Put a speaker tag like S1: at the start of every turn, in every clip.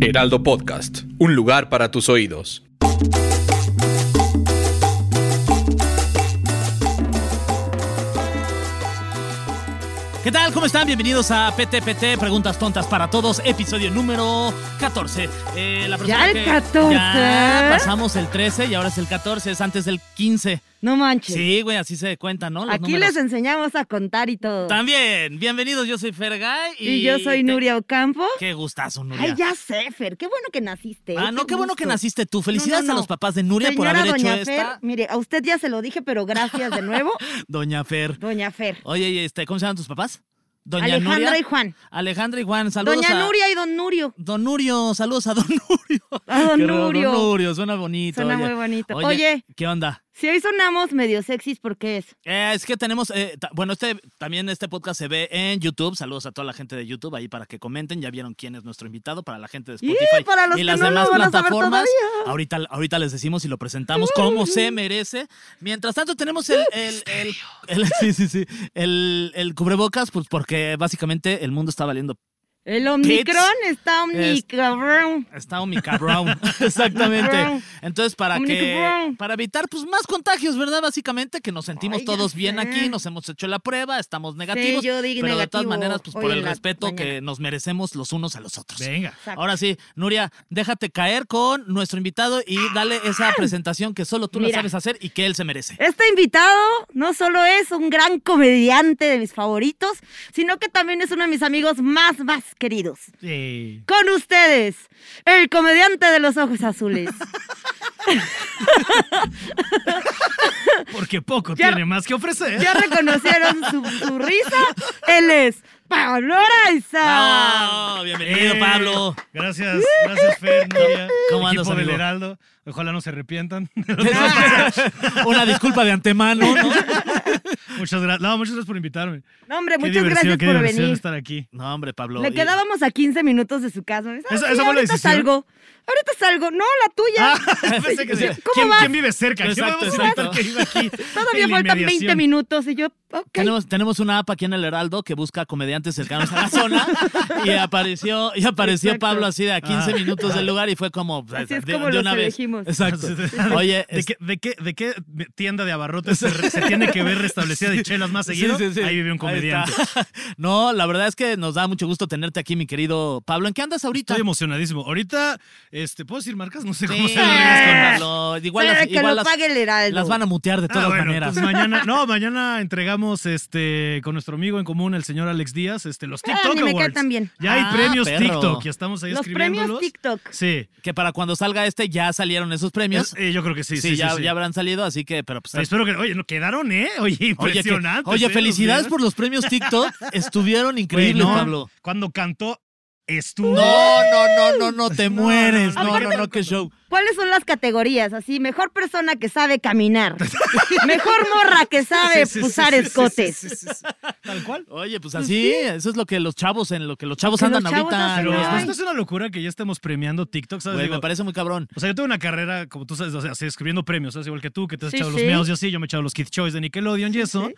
S1: Heraldo Podcast, un lugar para tus oídos.
S2: ¿Qué tal? ¿Cómo están? Bienvenidos a PTPT, Preguntas Tontas para Todos, episodio número 14. Eh, la persona
S3: Ya el
S2: que-
S3: 14.
S2: Ya pasamos el 13 y ahora es el 14, es antes del 15.
S3: No manches.
S2: Sí, güey, así se cuentan, ¿no? Los
S3: Aquí
S2: números.
S3: les enseñamos a contar y todo.
S2: También, bienvenidos, yo soy Fergay y...
S3: Y yo soy
S2: te-
S3: Nuria Ocampo.
S2: Qué gustazo, Nuria.
S3: Ay, ya sé, Fer, qué bueno que naciste.
S2: Ah,
S3: ¿eh?
S2: no, qué bueno que
S3: gusto.
S2: naciste tú. Felicidades
S3: No, no,
S2: a
S3: no.
S2: los papás de Nuria por
S3: Señora
S2: haber hecho
S3: Doña Fer,
S2: esta.
S3: mire, a usted ya se lo dije, pero gracias de nuevo,
S2: Doña Fer.
S3: Doña Fer.
S2: Oye, y este, ¿cómo se llaman tus papás? Doña
S3: Alejandra
S2: Nuria.
S3: y Juan.
S2: Alejandra y Juan, saludos
S3: Doña
S2: a...
S3: Nuria y Don Nurio.
S2: Don Nurio, saludos a Don Nurio.
S3: A Don
S2: Qué raro,
S3: Nurio.
S2: Don Nurio, suena bonito.
S3: Suena
S2: oye.
S3: muy bonito.
S2: Oye,
S3: Oye.
S2: ¿qué onda?
S3: Si hoy sonamos medio sexys, ¿por qué es?
S2: Eh, es que tenemos, eh, ta- bueno, este también este podcast se ve en YouTube. Saludos a toda la gente de YouTube ahí para que comenten. Ya vieron quién es nuestro invitado para la gente de
S3: Y
S2: Spotify
S3: para los
S2: y
S3: que
S2: las
S3: no lo
S2: demás
S3: van a saber
S2: plataformas.
S3: todavía.
S2: Ahorita, ahorita les decimos y lo presentamos como se merece. Mientras tanto tenemos el, el, el, el- sí, sí, sí, el, el cubrebocas, pues porque básicamente el mundo está valiendo
S3: El Omicron está
S2: Es-
S3: Omicron.
S2: Está Omicron, exactamente.
S3: Omicron.
S2: Entonces, para que
S3: Omicron.
S2: para evitar pues más contagios, ¿verdad? Básicamente que nos sentimos
S3: Ay, ya
S2: todos bien
S3: sé.
S2: aquí, nos hemos hecho la prueba, estamos negativos,
S3: yo di
S2: pero de todas
S3: negativo
S2: maneras pues
S3: hoy
S2: por
S3: en
S2: el
S3: la
S2: respeto que
S3: mañana.
S2: nos merecemos los unos a los otros.
S4: Venga.
S3: Exacto.
S2: Ahora sí, Nuria, déjate caer con nuestro invitado y dale esa presentación que solo tú la
S3: Ah. Mira.
S2: sabes hacer y que él se merece.
S3: Este invitado no solo es un gran comediante de mis favoritos, sino que también es uno de mis amigos más, más queridos.
S4: Sí.
S3: Con ustedes, el comediante de los ojos azules.
S4: Porque poco
S3: Ya-
S4: tiene más que ofrecer.
S3: ya reconocieron su, su risa. Él es Pablo Araiza.
S2: Ah, bienvenido,
S4: Eh,
S2: Pablo.
S4: Gracias, gracias, Fer, Nuria,
S2: ¿Cómo andas,
S4: equipo del
S2: amigo?
S4: Heraldo. Ojalá no se arrepientan.
S2: Una disculpa de antemano, ¿no?
S4: muchas gracias. No, muchas gracias por invitarme.
S3: No, hombre,
S4: Qué
S3: muchas
S4: diversión,
S3: gracias
S4: qué
S3: por
S4: diversión
S3: venir.
S4: estar aquí.
S2: No, hombre, Pablo.
S3: Le
S2: y-
S3: quedábamos a 15 minutos de su casa. Me dice, ah,
S4: ¿Esa-
S3: sí,
S4: esa fue la
S3: ahorita
S4: decisión? Ah,
S3: salgo. Ahorita salgo. No, la tuya.
S4: Pensé que sí.
S3: ¿Cómo
S4: ¿Quién,
S3: vas?
S4: quién vive cerca? ¿Quién
S2: Exacto,
S4: podemos
S2: exacto.
S4: invitar que vive aquí?
S3: Todavía
S4: en la
S3: faltan 20
S4: inmediación?
S3: minutos. Y yo, ok.
S2: Tenemos, tenemos una app aquí en el Heraldo que busca comediantes cercanos a la zona y apareció, y apareció
S3: Exacto.
S2: Pablo así de a 15
S4: Ah.
S2: minutos del lugar y fue como pues,
S3: Así es
S2: de,
S3: como
S2: de
S3: los
S2: una vez.
S3: elegimos.
S2: Exacto. Oye,
S4: ¿De
S2: es-
S4: qué, de, qué, ¿De qué tienda de abarrotes se, re- se tiene que ver restablecida de chelas más seguido?
S2: Sí, sí, sí.
S4: Ahí vive un comediante.
S2: está. No, la verdad es que nos da mucho gusto tenerte aquí, mi querido Pablo. ¿En qué andas ahorita?
S4: Estoy emocionadísimo. Ahorita, este, ¿puedo decir marcas? No sé
S2: Sí,
S4: cómo se
S2: no
S4: llama.
S2: digas
S3: Eh.
S2: con Pablo. Igual,
S3: Pero
S2: las,
S3: que
S2: igual
S3: lo
S2: las-
S3: pague el Heraldo.
S2: las van a mutear de
S4: Ah,
S2: todas
S4: bueno,
S2: maneras.
S4: pues mañana, no, mañana entregamos este con nuestro amigo en común, el señor Alex Díaz, este, los
S3: Ah,
S4: TikTok
S3: ni me cae
S4: Awards.
S3: tan bien.
S4: Ya hay
S2: Ah,
S4: premios
S2: perro.
S4: TikTok y estamos ahí
S3: Los
S4: escribiéndolos.
S3: premios TikTok.
S4: Sí.
S2: que para cuando salga este ya salieron esos premios.
S4: Es- eh, yo creo que sí, sí, sí,
S2: ya,
S4: sí.
S2: ya habrán salido, así que, pero pues
S4: Espero que. Oye, no quedaron, ¿eh? Oye,
S2: Oye,
S4: ¿eh?
S2: que-
S4: impresionante.
S2: Oye, felicidades por los premios TikTok. Estuvieron increíbles, Pablo.
S4: Cuando cantó, estuvo.
S2: No, no, no, no, no, te mueres. No, no,
S3: Aparte-
S2: no, qué show.
S3: ¿Cuáles son las categorías? Así, mejor persona que sabe caminar. mejor morra que sabe
S4: Sí, sí, sí,
S3: usar
S4: sí, sí,
S3: escotes.
S4: sí, sí, sí. Tal cual.
S2: Oye, pues así, eso es lo que los chavos en lo que los chavos
S3: Que los
S2: andan
S3: chavos
S2: ahorita.
S3: hacen,
S4: Pero
S2: Nuria.
S3: Ay.
S4: esto es una locura que ya estemos premiando TikTok, ¿sabes?
S2: Güey,
S4: Digo,
S2: me parece muy cabrón.
S4: O sea, yo tengo una carrera, como tú sabes, o sea, así, escribiendo premios, ¿sabes? igual que tú, que te has
S3: Sí,
S4: echado
S3: sí.
S4: los meos y así, yo me he echado los Kid Choice de Nickelodeon y eso.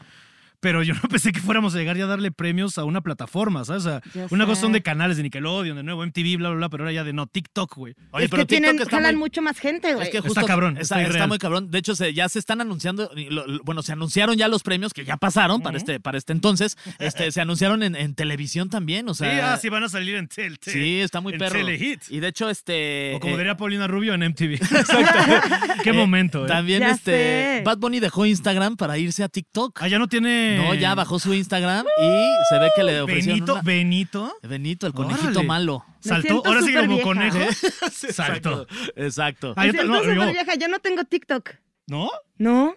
S4: Pero yo no pensé que fuéramos a llegar ya a darle premios a una plataforma, ¿sabes? O sea,
S3: Ya
S4: una
S3: sé.
S4: cosa son de canales de Nickelodeon, de nuevo MTV, bla, bla, bla, pero ahora ya de no, TikTok, güey.
S2: Oye,
S3: es
S2: pero
S3: que tienen,
S2: TikTok está
S3: jalan
S2: muy-
S3: mucho más gente, güey.
S2: Es que
S4: Está
S2: justo
S4: cabrón, está irreal.
S2: muy cabrón. De hecho, se- ya se están anunciando, y lo- lo- bueno, se anunciaron ya los premios que ya pasaron para este, para este entonces. Este, se anunciaron en, en televisión también. O
S4: Sí,
S2: sea,
S4: ah, sí van a salir en Tel. Tel-
S2: sí, está muy
S4: en
S2: perro.
S4: Telehit.
S2: Y de hecho, este.
S4: O como
S2: eh,
S4: diría Paulina Rubio en MTV. Exacto. Qué
S2: eh,
S4: momento, ¿eh?
S2: También
S3: Ya
S2: este.
S3: sé.
S2: Bad Bunny dejó Instagram para irse a TikTok.
S4: Ah, ya no tiene...
S2: No, ya bajó su Instagram y se ve que le ofrecieron
S4: Benito,
S2: una-
S4: Benito.
S2: Benito, el conejito
S4: Órale.
S2: malo.
S3: Me
S4: Saltó,
S3: siento
S4: ahora sí que como
S3: supervieja.
S4: conejo.
S2: Exacto.
S4: Saltó.
S2: Exacto.
S4: Ah,
S3: Me
S4: yo te-
S3: siento
S4: no, yo-
S3: supervieja, yo no tengo TikTok.
S4: ¿No?
S3: ¿No?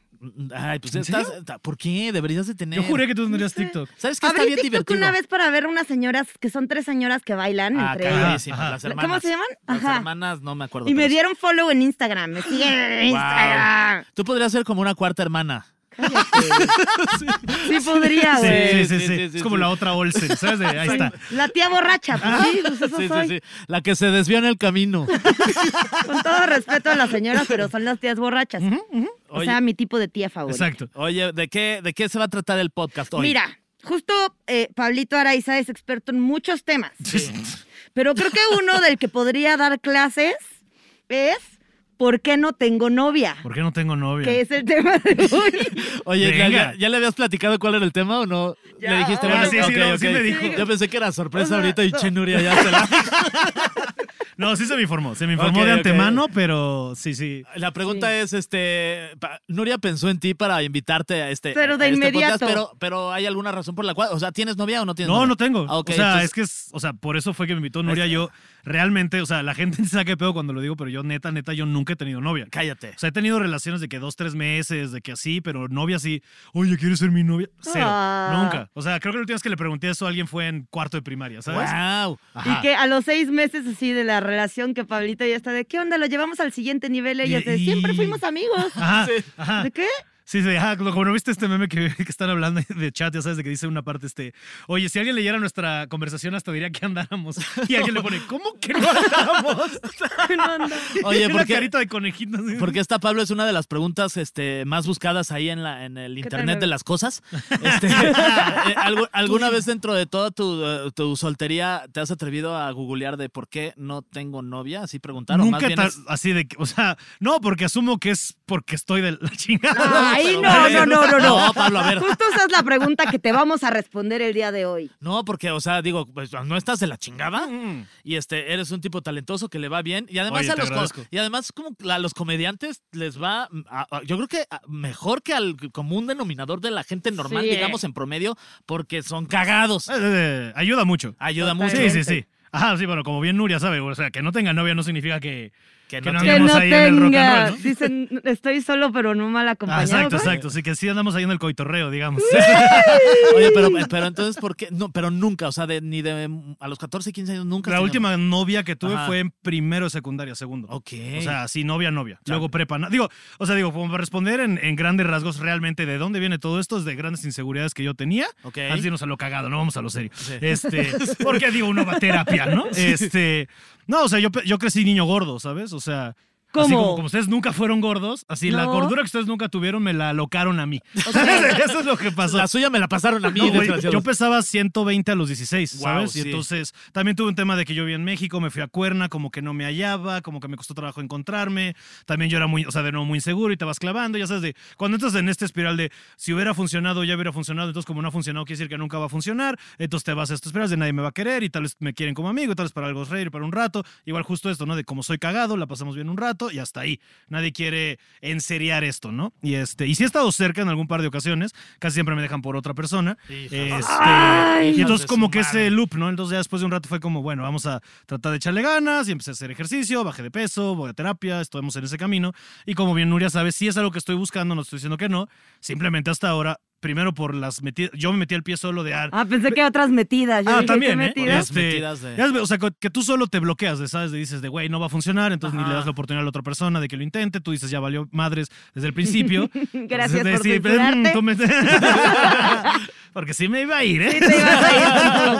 S2: Ay, pues
S4: ¿En
S2: estás.
S4: serio?
S2: ¿Por qué? Deberías de tener.
S4: Yo juré que tú tendrías TikTok.
S2: ¿Sabes qué está
S3: Abrí
S2: bien
S3: TikTok
S2: divertido?
S3: una vez para ver unas señoras que son tres señoras que bailan
S2: Ah,
S3: entre ellas.
S2: carísimas,
S4: Ajá.
S2: las
S3: ¿Cómo
S2: hermanas.
S3: se llaman? Ajá.
S2: Las hermanas, no me acuerdo.
S3: Y
S2: pero
S3: me
S2: sí.
S3: dieron follow en Instagram. Me siguen en
S2: Wow.
S3: Instagram.
S2: Tú podrías ser como una cuarta hermana.
S3: Sí podría,
S4: Sí,
S3: güey.
S4: sí,
S2: Sí,
S4: sí, sí,
S2: sí, sí,
S4: Es como
S2: sí.
S4: la otra Olsen, ¿sabes? De- ahí está.
S3: La tía borracha, pues sí, pues eso
S2: Sí, sí,
S3: soy.
S2: sí. La que se desvió en el camino.
S3: Con todo respeto a las señoras, pero son las tías borrachas. O sea,
S2: Oye.
S3: mi tipo de tía favorita.
S4: Exacto.
S2: Oye, ¿de qué, ¿de qué se va a tratar el podcast hoy?
S3: Mira, justo eh, Pablito Araiza es experto en muchos temas, pero creo que uno del que podría dar clases es ¿Por qué no tengo novia?
S4: ¿Por qué no tengo novia?
S3: Que es el tema de hoy.
S2: Oye, ¿ya,
S4: Venga.
S2: ya, ya le habías platicado cuál era el tema o no?
S3: Ya,
S2: ¿Le dijiste?
S3: ah, sí, sí,
S2: ok,
S4: no, sí
S2: ok.
S4: me dijo.
S2: Yo pensé que era sorpresa
S3: O sea,
S2: ahorita y
S3: no.
S2: Chenuria ya se la...
S4: No, sí se me informó. Se me informó
S2: Ok,
S4: de
S2: ok.
S4: antemano, pero sí, sí.
S2: La pregunta es, este, pa- Nuria pensó en ti para invitarte a este,
S3: Pero de
S2: a este
S3: inmediato.
S2: podcast, pero, pero hay alguna razón por la cual, o sea, ¿tienes novia o no tienes
S4: No,
S2: novia?
S4: no tengo.
S2: Ah, ok,
S4: o sea,
S2: entonces-
S4: es que es, o sea, por eso fue que me invitó Nuria. Yo realmente, o sea, la gente se saca de pedo cuando lo digo, pero yo neta, neta, yo nunca he tenido novia.
S2: Cállate.
S4: O sea, he tenido relaciones de que dos, tres meses, de que así, pero novia así. Oye, ¿quieres ser mi novia? Cero.
S3: Ah.
S4: Nunca. O sea, creo que la última vez que le pregunté eso a alguien fue en cuarto de primaria, ¿sabes?
S2: Wow.
S3: Y que a los seis meses así de la relación que Pablito ya está de ¿qué onda? Lo llevamos al siguiente nivel. Ella
S4: Y-
S3: de
S4: y-
S3: siempre fuimos amigos.
S4: Ajá, ajá.
S3: ¿De qué?
S4: Sí, sí, ajá, como no viste este meme que, que están hablando de chat, ya sabes, de que dice una parte este, oye, si alguien leyera nuestra conversación hasta diría que andáramos. Y alguien le pone, ¿cómo que no andáramos?
S2: Oye,
S4: Una
S2: ¿por qué-
S4: carita de conejito. así.
S2: Porque esta, Pablo, es una de las preguntas este, más buscadas ahí en, la, en el internet
S3: nuevo?
S2: de las cosas. Este, eh, algu- ¿Alguna vez dentro de toda tu, eh, tu soltería te has atrevido a googlear de por qué no tengo novia? Así preguntaron.
S4: Nunca
S2: más bien
S4: ta-
S2: es-
S4: así de que, o sea, no, porque asumo que es porque estoy de la chingada.
S3: Ay,
S2: pero
S3: no, no,
S2: bueno.
S3: no, no, no.
S2: No, Pablo, a ver.
S3: Justo esa es la pregunta que te vamos a responder el día de hoy.
S2: No, porque, o sea, digo, pues, no estás de la chingada. Y este, eres un tipo talentoso que le va bien. Y además,
S4: Mm. Oye,
S2: a
S4: te
S2: los, co-
S4: agradezco.
S2: y además como a los comediantes les va, mm, a- a- yo creo que a- mejor que al común denominador de la gente normal,
S3: Sí, eh.
S2: digamos, en promedio, porque son cagados.
S4: Eh, eh, eh, ayuda mucho.
S2: Ayuda
S3: Ah,
S2: mucho.
S4: Sí, sí, sí. Ajá, sí, bueno, como bien Nuria sabe, o sea, que no tenga novia no significa que,
S2: Que
S4: que
S2: no
S4: no
S2: tenga.
S3: Que
S4: andemos
S3: no
S4: ahí en el rock and
S3: tenga.
S4: roll, ¿no?
S3: Dicen, estoy solo, pero no mal
S4: Ah,
S3: acompañado. pues.
S4: exacto,
S3: ¿no?
S4: exacto. Sí, que sí andamos ahí en el coitorreo, digamos.
S2: Oye, pero, pero entonces, ¿por qué? No, pero nunca, o sea, de- ni de a los 14, 15 años, nunca.
S4: La
S2: has tenido-
S4: última novia que tuve
S2: Ajá.
S4: fue en primero de secundaria, segundo.
S2: Ok.
S4: O sea, sí, novia, novia. Luego prepa. na- Digo, o sea, digo, como para responder en, en grandes rasgos realmente de dónde viene todo esto, es de grandes inseguridades que yo tenía.
S2: Ok.
S4: Antes de irnos a lo cagado, no vamos a lo serio. Este, porque digo, uno va a terapia, ¿no? Este, no, o sea, yo, pe- yo crecí niño gordo, ¿sabes? O sea, así
S3: ¿Cómo?
S4: como, como ustedes nunca fueron gordos, así la
S3: No.
S4: gordura que ustedes nunca tuvieron me la alocaron a mí. Eso es lo que pasó.
S2: la suya me la pasaron a mí,
S4: No, güey,
S2: desgraciados.
S4: yo pesaba 120 a los 16,
S2: Wow,
S4: ¿sabes? Y
S2: sí.
S4: entonces también tuve un tema de que yo vivía en México, me fui a Cuerna, como que no me hallaba, como que me costó trabajo encontrarme. También yo era muy, o sea, de nuevo muy inseguro y te vas clavando, ya sabes, de cuando entras en esta espiral de si hubiera funcionado, ya hubiera funcionado, entonces como no ha funcionado, quiere decir que nunca va a funcionar, entonces te vas a estas esperas de nadie me va a querer y tal vez me quieren como amigo, y tal vez para algo es reír, para un rato. Igual justo esto, ¿no? De como soy cagado, la pasamos bien un rato y hasta ahí. Nadie quiere enseriar esto, ¿no? Y este, y sí he estado cerca en algún par de ocasiones, casi siempre me dejan por otra persona.
S2: Hijas de-
S4: Este,
S2: Ay.
S4: y entonces
S2: Hijas de
S4: como
S2: su
S4: que
S2: madre.
S4: ese loop, ¿no? Entonces ya después de un rato fue como, bueno, vamos a tratar de echarle ganas y empecé a hacer ejercicio, bajé de peso, voy a terapia, estuvimos en ese camino. Y como bien Nuria sabe, sí es algo que estoy buscando, no estoy diciendo que no, simplemente hasta ahora, primero por las metidas, yo me metí al pie solo de... ar-
S3: Ah, pensé que otras metidas. Yo
S4: Ah,
S3: dije,
S4: también,
S3: ¿qué
S4: ¿eh?
S3: metidas?
S2: Las metidas de-
S4: ya sabes, O sea, que que tú solo te bloqueas, de, ¿sabes? De dices de, güey, no va a funcionar, entonces ni
S2: Ajá.
S4: le das la oportunidad a la otra persona de que lo intente, tú dices, ya valió madres desde el principio.
S3: Gracias
S4: Entonces,
S3: por
S4: sí, pero, mm,
S3: censurarte.
S4: tú me- Porque sí me iba a ir, ¿eh?
S3: Sí, te ibas a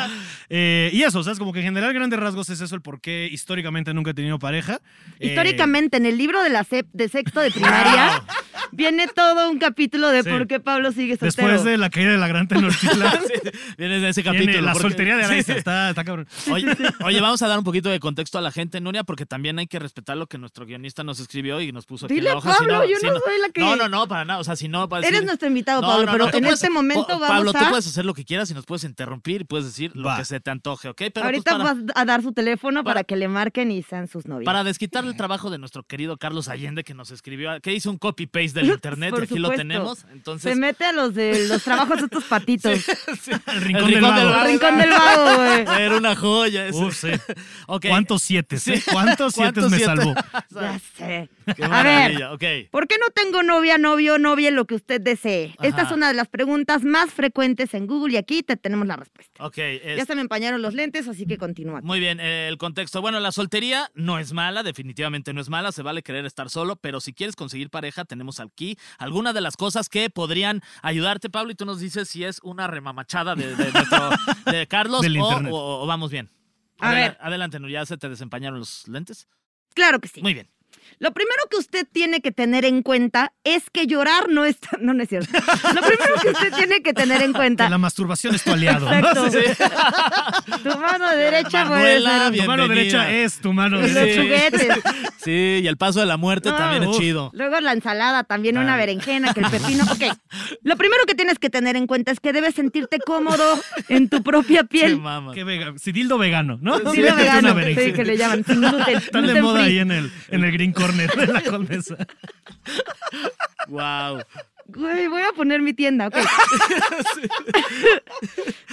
S3: ir.
S4: Eh, y eso, ¿sabes? Como que en general, grandes rasgos es eso, el por qué históricamente nunca he tenido pareja. Eh, Ah.
S3: Históricamente, en el libro de la SEP de sexto de primaria, viene todo un capítulo de
S4: Sí.
S3: por qué Pablo sigue soltero.
S4: después de la caída de la gran Tenochtitlán,
S2: Vienes de ese
S4: viene
S2: capítulo.
S4: la
S2: porque-
S4: soltería de
S2: Sí,
S4: Araiza.
S2: sí.
S4: Está, está cabrón.
S2: Oye, oye, vamos a dar un poquito de contexto a la gente, Nuria, porque también hay que respetar lo que nuestro guionista nos escribió y nos puso aquí
S3: Dile
S2: en
S3: a
S2: la hoja. si
S3: Pablo, yo no soy la que-
S2: No, no, no, para nada. O sea, si no... para
S3: Eres
S2: decir-
S3: nuestro invitado, Pablo, pero
S2: tú
S3: en este momento
S2: Pa-
S3: vamos
S2: Pablo, tú
S3: a-
S2: puedes hacer lo que quieras y nos puedes interrumpir y puedes decir lo
S4: Va.
S2: que se te antoje, ¿ok? Pero pues,
S3: Ahorita
S2: para,
S3: vas a dar su teléfono para,
S2: para-
S3: que le marquen y sean sus novios.
S2: para desquitar el trabajo de nuestro querido Carlos Allende que nos escribió, que hizo un copy-paste del internet
S3: Por
S2: y aquí lo
S3: supuesto.
S2: tenemos.
S3: Se
S2: Entonces...
S3: mete a los de los trabajos de estos patitos.
S2: Sí, el
S4: rincón del vago.
S3: El rincón del vago, güey.
S2: Era una joya. ese.
S4: Uf, sí.
S2: Ok.
S4: ¿Cuántos siete?
S2: Sí.
S4: ¿Cuántos siete me
S2: ¿Cuántos siete?
S4: salvó?
S3: Ya sé.
S2: Qué
S3: A ver,
S2: maravilla, ok.
S3: ¿por qué no tengo novia, novio, novia, lo que usted desee? Esta es
S2: Ajá.
S3: una de las preguntas más frecuentes en Google y aquí te tenemos la respuesta.
S2: Ok,
S3: Ya
S2: es-
S3: se me empañaron los lentes, así que continúa.
S2: muy bien, eh, el contexto. Bueno, la soltería no es mala, definitivamente no es mala, se vale querer estar solo, pero si quieres conseguir pareja, tenemos aquí algunas de las cosas que podrían ayudarte, Pablo, y tú nos dices si es una remamachada de, de nuestro- de Carlos
S4: Del
S2: o,
S4: internet.
S2: o- o vamos bien.
S3: A ver.
S2: Adelante, ¿no? ¿ya se te desempañaron los lentes?
S3: Claro que sí.
S2: Muy bien.
S3: Lo primero que usted tiene que tener en cuenta es que llorar no está. No, no es cierto. Lo primero que usted tiene que tener en
S4: Que
S3: cuenta.
S4: la masturbación es tu aliado.
S3: Exacto. Tu mano derecha puede
S2: Manuela,
S3: ser-
S4: Tu mano
S2: Bienvenida.
S4: derecha es tu mano
S3: Pues Los
S4: derecha.
S3: juguetes.
S2: Sí, y el paso de la muerte
S3: No,
S2: también es
S3: uf.
S2: chido.
S3: Luego la ensalada, también una
S2: Ah.
S3: berenjena, que el pepino. Ok. Lo primero que tienes que tener en cuenta es que debes sentirte cómodo en tu propia
S2: Qué
S3: piel.
S2: mama.
S4: Qué vega- Si dildo vegano, ¿no?
S3: Sí, lo
S4: Métete
S3: vegano,
S4: una berenjena.
S3: sí, que le llaman. sin gluten,
S4: Están de
S3: gluten
S4: moda
S3: free.
S4: ahí en el, en el Green Corner de la condesa.
S2: Wow.
S3: Güey, voy a poner mi tienda, ok.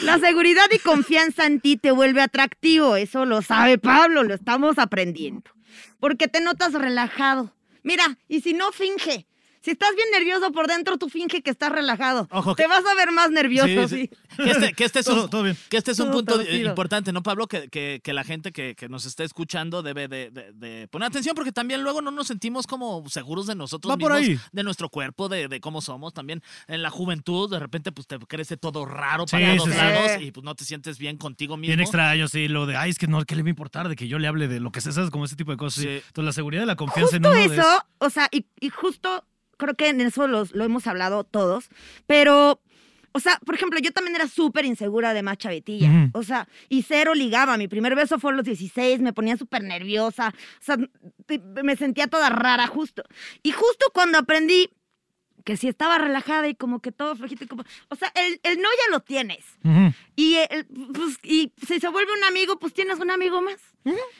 S3: La seguridad y confianza en ti te vuelve atractivo, eso lo sabe Pablo, lo estamos aprendiendo. Porque te notas relajado. Mira, y si no finge, si estás bien nervioso por dentro, tú finge que estás relajado.
S2: Ojo
S3: te
S2: que-
S3: vas a ver más nervioso,
S2: Sí, sí.
S3: sí.
S2: Que este, que este es un,
S4: Todo- todo bien.
S2: que este es un
S3: Todo
S2: punto eh,
S3: torcido.
S2: importante, ¿no, Pablo? Que, que- que la gente que, que nos está escuchando debe de, de- de poner atención porque también luego no nos sentimos como seguros de nosotros
S4: Va por
S2: mismos,
S4: ahí.
S2: de nuestro cuerpo, de, de cómo somos. También en la juventud, de repente, pues te crece todo raro
S4: Sí,
S2: para
S4: sí,
S2: todos
S4: sí.
S2: lados y pues no te sientes bien contigo mismo.
S4: Bien extraño, sí, lo de, ay, es que no, ¿qué le va a importar de que yo le hable de lo que se sabe, como ese tipo de cosas? sí.
S2: Sí.
S4: Entonces, la seguridad y la confianza
S3: Justo
S4: en uno de-
S3: eso, o sea, y, y justo creo que en eso los- lo hemos hablado todos, pero, o sea, por ejemplo, yo también era súper insegura de más chavetilla,
S4: Ujú.
S3: o sea, y cero ligaba, mi primer beso fue a los 16, me ponía súper nerviosa, o sea, te- me sentía toda rara justo. Y justo cuando aprendí que si estaba relajada y como que todo flojito y como, o sea, el, el no ya lo tienes.
S4: Ujú.
S3: Y, el- pues, y si se vuelve un amigo, pues tienes un amigo más.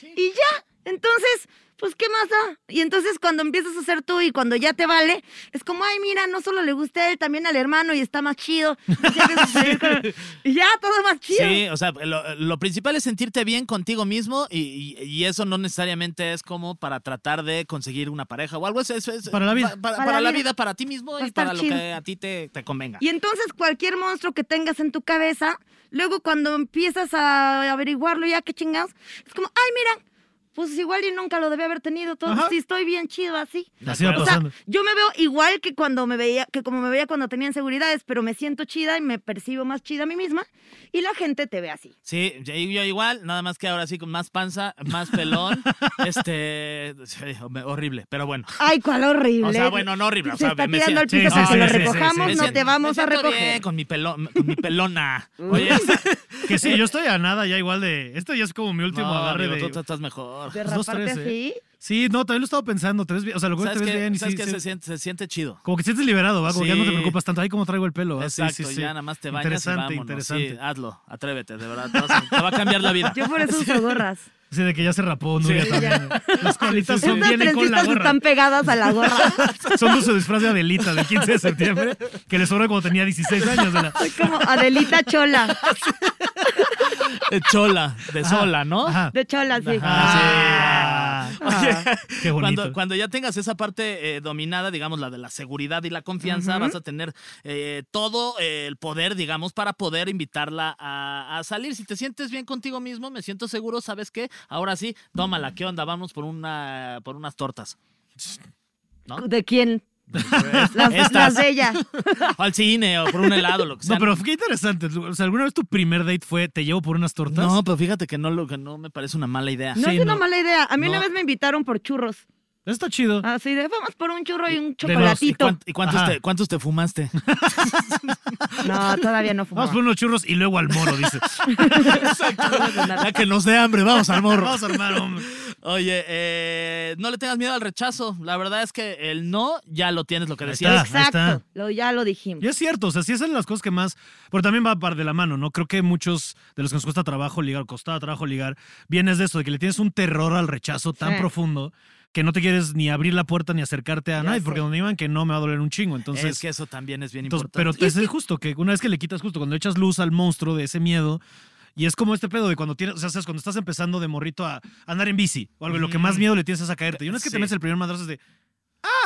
S3: Y ya. Entonces, pues, ¿qué más da? Y entonces cuando empiezas a ser tú y cuando ya te vale, es como, ay, mira, no solo le gusta a él, también al hermano y está más chido. Y, ya empiezas a salir con- y ya, todo más chido.
S2: Sí, o sea, lo, lo principal es sentirte bien contigo mismo y, y- y eso no necesariamente es como para tratar de conseguir una pareja o algo. Es, es- es-
S4: Para la vida.
S2: pa- Para,
S3: Para
S2: para
S3: la
S2: la
S3: vida.
S2: vida, para ti mismo
S3: Va a
S2: y
S3: estar
S2: para lo
S3: chido.
S2: que a ti te, te convenga.
S3: Y entonces cualquier monstruo que tengas en tu cabeza, luego cuando empiezas a averiguarlo ya qué chingados, es como, ay, mira, pues igual y nunca lo debí haber tenido todo,
S4: Ajá.
S3: si estoy bien chido así.
S4: Así va
S3: O sea,
S4: pasando.
S3: yo me veo igual que cuando me veía, que como me veía cuando tenía inseguridades, pero me siento chida y me percibo más chida a mí misma y la gente te ve así.
S2: Sí, yo yo igual, nada más que ahora sí con más panza, más pelón, este, sí, horrible, pero bueno.
S3: Ay, cuál horrible.
S2: O sea, bueno, no horrible, o
S3: Se
S2: sea,
S3: está
S2: me
S3: tirando al
S2: siento-
S3: piso
S4: sí,
S3: para
S4: sí,
S3: que lo
S4: sí, sí, sí,
S3: recojamos,
S4: sí,
S3: no
S4: sí.
S3: te vamos
S2: Me
S3: a
S2: siento
S3: recoger.
S2: bien con mi pelón, con mi pelona. Oye,
S4: Que sí, yo estoy a nada ya igual de. Esto ya es como mi último
S2: no,
S4: agarre
S2: amigo, tú-
S4: de.
S2: tú estás mejor.
S4: Pues dos,
S3: Derraparte
S4: tres, ¿eh?
S3: así.
S4: Sí, no, también lo he estado pensando. Te ves bien. O sea, lo que te
S2: ¿Sabes
S4: ves
S2: qué?
S4: bien. y
S2: ¿Sabes
S4: sí,
S2: qué?
S4: sí.
S2: Se, siente, se siente chido.
S4: Como que sientes liberado, ¿va? Como que ya no te
S2: Sí.
S4: preocupas tanto. Ay, cómo traigo el pelo. ¿va? Sí,
S2: Exacto,
S4: sí, sí.
S2: ya nada más te bañas
S4: Interesante,
S2: y vámonos.
S4: interesante.
S2: Sí, ah. hazlo, atrévete, de verdad, te, vas a- te va a cambiar la vida.
S3: Yo por eso uso gorras.
S4: Sí, de que ya se rapó, ¿no? Ya también. Las colitas son,
S3: Estas
S4: vienen con la
S3: trencitas
S4: gorra.
S3: están pegadas a la gorra.
S4: Son de su disfraz de Adelita del 15 de septiembre, que le sobra cuando tenía 16 años. de la-
S3: Soy como Adelita Chola.
S2: De chola, de sola, ¿no?
S4: Ajá.
S3: De Chola, sí.
S4: Ah, sí.
S2: Oye,
S4: Qué bonito.
S2: Cuando, cuando ya tengas esa parte eh, dominada, digamos, la de la seguridad y la confianza, vas a tener eh, todo eh, el poder, digamos, para poder invitarla a, a salir. Si te sientes bien contigo mismo, me siento seguro, ¿sabes qué? Ahora sí, tómala, ¿qué onda? Vamos por, una, por unas tortas.
S3: ¿De quién?
S4: Pues,
S3: Las,
S2: Estas.
S3: las de ella.
S2: O al cine, o por un helado, lo que sea.
S4: No, pero qué interesante. O sea, ¿alguna vez tu primer date fue te llevo por unas tortas?
S2: No, pero fíjate que no, lo, que no me parece una mala idea.
S3: No
S4: Sí,
S3: es una
S4: no.
S3: mala idea. A mí una
S2: No.
S3: vez me invitaron por churros.
S4: Eso está chido.
S2: Ah,
S3: Así de, vamos por un churro y un
S4: de
S2: ¿Y,
S4: los-
S3: chocolatito.
S2: cuán- y cuántos,
S4: Ajá.
S2: te, cuántos te fumaste?
S3: No, todavía no
S4: Vamos
S3: fumaba.
S4: por unos churros y luego al moro, dice.
S2: Ya que nos dé hambre, vamos al morro.
S4: Vamos a armar, hombre.
S2: Oye, eh, no le tengas miedo al rechazo. La verdad es que el no ya lo tienes, lo que
S4: Ahí
S2: decías.
S4: está. Ahí
S3: Exacto,
S4: está.
S3: lo, ya lo dijimos.
S4: Y es cierto, o sea, sí esas son las cosas que más. Pero también va par de la mano, ¿no? Creo que muchos de los que nos cuesta trabajo ligar, o costaba trabajo ligar, vienes de eso, de que le tienes un terror al rechazo tan
S3: Sí.
S4: profundo que no te quieres ni abrir la puerta ni acercarte a nadie, porque donde iban que no me va a doler un chingo. Entonces.
S2: es que eso también es bien
S4: Entonces, pero
S2: importante.
S4: es el justo, que una vez que le quitas justo, cuando echas luz al monstruo de ese miedo, y es como este pedo de cuando tienes, o sea, sabes, cuando estás empezando de morrito a andar en bici, o algo, lo que más miedo le tienes es a caerte. Y una vez que te
S2: Sí.
S4: metes el primer madrazo es de,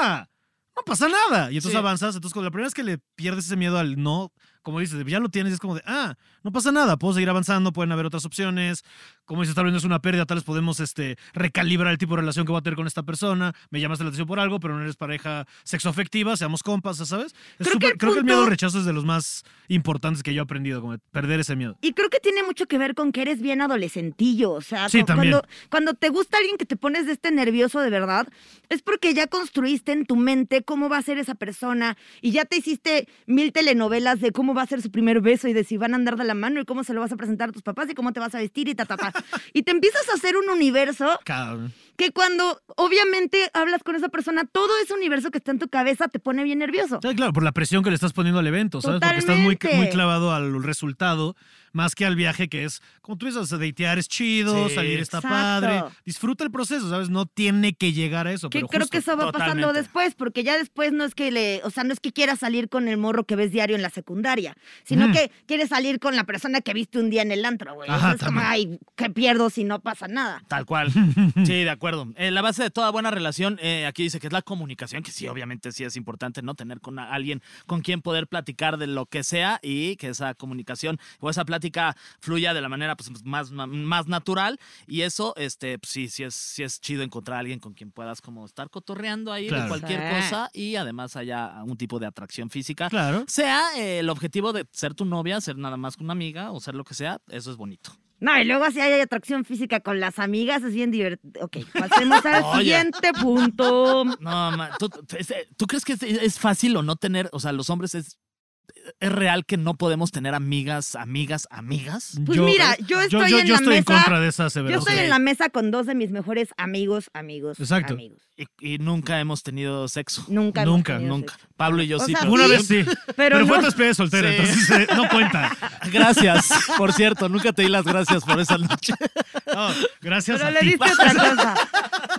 S4: ¡ah! No pasa nada. Y entonces
S2: Sí.
S4: avanzas. Entonces, con la primera vez que le pierdes ese miedo al no, como dices, ya lo tienes, es como de, ah, no pasa nada, puedo seguir avanzando, pueden haber otras opciones. Como dices, tal vez no es una pérdida, tal vez podemos este, recalibrar el tipo de relación que voy a tener con esta persona. Me llamaste la atención por algo, pero no eres pareja sexoafectiva, seamos compas, ya ¿sabes? Es
S3: Creo que
S4: súper-
S3: el
S4: creo que el miedo al
S3: punto-
S4: rechazo es de los más importantes que yo he aprendido, como de perder ese miedo.
S3: Y creo que tiene mucho que ver con que eres bien adolescentillo, o sea,
S4: Sí,
S3: cu-
S4: también.
S3: cuando cuando te gusta alguien que te pones de este nervioso de verdad, es porque ya construiste en tu mente cómo va a ser esa persona y ya te hiciste mil telenovelas de cómo va a ser su primer beso y de si van a andar de la mano y cómo se lo vas a presentar a tus papás y cómo te vas a vestir y ta ta ta. y te empiezas a hacer un universo
S4: Cabrón.
S3: que cuando obviamente hablas con esa persona, todo ese universo que está en tu cabeza te pone bien nervioso.
S4: Sí, claro, por la presión que le estás poniendo al evento, ¿sabes? Porque estás muy,
S3: Totalmente.
S4: muy clavado al resultado, más que al viaje que es, como tú dices, datear es chido,
S2: Sí.
S4: salir está
S3: Exacto.
S4: padre. Disfruta el proceso, ¿sabes? No tiene que llegar a eso.
S3: Que
S4: pero
S3: creo
S4: justo.
S3: que eso va pasando
S2: totalmente.
S3: después, porque ya después no es que le, o sea, no es que quieras salir con el morro que ves diario en la secundaria, sino
S4: Mm.
S3: que quieres salir con la persona que viste un día en el antro, güey. O sea,
S4: Ajá,
S3: es como, ay, ¿qué pierdo si no pasa nada?
S2: Tal cual. Sí, de acuerdo. Eh, la base de toda buena relación, eh, aquí dice que es la comunicación, que sí, obviamente sí es importante, ¿no? Tener con a- alguien con quien poder platicar de lo que sea y que esa comunicación o esa plática fluya de la manera pues, más, ma- más natural. Y eso, este, pues, sí, sí es, sí es chido encontrar a alguien con quien puedas como estar cotorreando ahí
S4: Claro.
S2: de cualquier
S3: Sí.
S2: cosa y además haya un tipo de atracción física.
S4: Claro.
S2: Sea eh, el objetivo de ser tu novia, ser nada más que una amiga o ser lo que sea, eso es bonito.
S3: No, y luego si hay atracción física con las amigas, es bien divertido. Ok, pasemos al
S2: Oye.
S3: siguiente punto.
S2: No, ma, ¿tú, tú- es- eh, ¿tú crees que es, es fácil o no tener, o sea, los hombres es, es real que no podemos tener amigas, amigas, amigas?
S3: Pues mira, yo
S4: yo,
S3: estoy en
S4: yo
S3: la
S4: estoy en
S3: mesa-
S4: contra de esa
S3: Yo
S4: aseveración.
S3: estoy en la mesa con dos de mis mejores amigos, amigos,
S4: Exacto.
S3: amigos.
S2: Y, y nunca hemos tenido sexo.
S3: Nunca, hemos
S4: Nunca,
S3: tenido
S2: Nunca.
S3: sexo.
S2: Pablo y yo
S3: O
S2: sí.
S3: sea,
S2: pero-
S4: Una
S3: Sí,
S4: vez sí, pero,
S3: pero
S4: fue
S3: no.
S4: tu despedida soltera,
S2: Sí.
S4: entonces eh, no cuenta.
S2: Gracias, por cierto, nunca te di las gracias por esa noche.
S4: No, gracias
S3: Pero
S4: a
S3: le
S4: ti.
S3: diste otra cosa.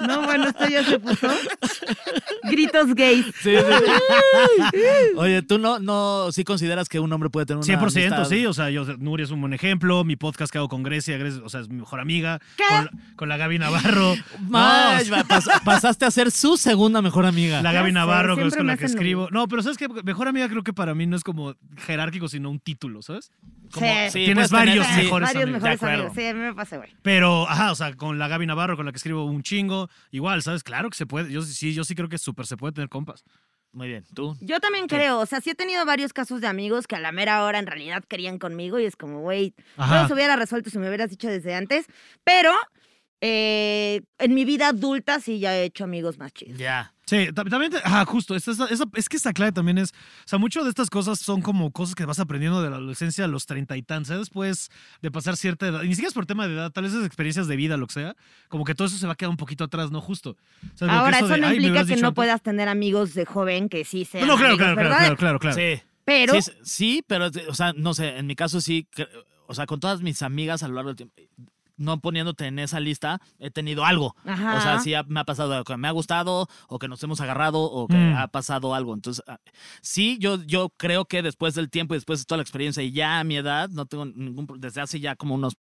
S3: No, bueno, esto ya se puso. Gritos gays.
S2: Sí, sí. Oye, ¿tú no, no sí consideras que un hombre puede tener una
S4: 100%,
S2: amistad?
S4: sí. O sea, yo, Nuri es un buen ejemplo. Mi podcast que hago con Grecia, Grecia o sea, es mi mejor amiga.
S3: ¿Qué?
S4: Con, la- con la Gaby Navarro. No,
S2: Ay,
S4: o sea,
S2: va, pas- pasaste a ser su segunda mejor amiga.
S4: La Gaby
S3: sé,
S4: Navarro, que es
S3: siempre
S4: con
S3: me
S4: la que
S3: hacen lo
S4: escribo. No, pero ¿sabes qué? Mejor amiga creo que para mí no es como jerárquico, sino un título, ¿sabes?
S2: Como-
S3: Sí.
S4: Tienes
S2: puedes tener-
S4: varios
S2: sí.
S4: mejores
S3: Varios
S4: amigos.
S3: mejores
S2: De acuerdo.
S3: amigos. Sí, a mí me pasa, güey.
S4: Pero, ajá, o sea, con la Gaby Navarro, con la que escribo un chingo, igual, ¿sabes? Claro que se puede. Yo sí- sí, yo sí creo que súper se puede tener compas.
S2: Muy bien, tú.
S3: Yo también creo, o sea, sí he tenido varios casos de amigos que a la mera hora en realidad querían conmigo y es como, güey,
S4: Ajá.
S3: no se hubiera resuelto si me hubieras dicho desde antes, pero eh, en mi vida adulta sí ya he hecho amigos más chidos.
S2: Ya.
S4: Sí, ta- también, te- ah, justo, esta- esta- esa- es que esta clave también es, o sea, muchas de estas cosas son como cosas que vas aprendiendo de la adolescencia a los treinta y tantos, después de pasar cierta edad, y ni siquiera es por tema de edad, tal vez es experiencias de vida, lo que sea, como que todo eso se va a quedar un poquito atrás, ¿no? Justo. O sea, como que
S3: Ahora,
S4: eso
S3: eso
S4: de,
S3: no
S4: "Ay, me
S3: implica
S4: hubieras
S3: que
S4: dicho
S3: no
S4: antes".
S3: puedas tener amigos de joven que sí sean
S4: No, no, claro,
S3: amigos,
S4: claro,
S3: ¿verdad?
S4: claro, claro, claro.
S2: Sí.
S3: Pero...
S2: Sí, s- sí, pero, o sea, no sé, en mi caso sí, cre- o sea, con todas mis amigas a lo largo del tiempo, no poniéndote en esa lista, he tenido algo.
S3: Ajá.
S2: O sea, sí ha- me ha pasado algo que me ha gustado, o que nos hemos agarrado, o que
S4: Mm.
S2: ha pasado algo. Entonces, ah, sí, yo, yo creo que después del tiempo y después de toda la experiencia y ya a mi edad, no tengo ningún, pro- desde hace ya como unos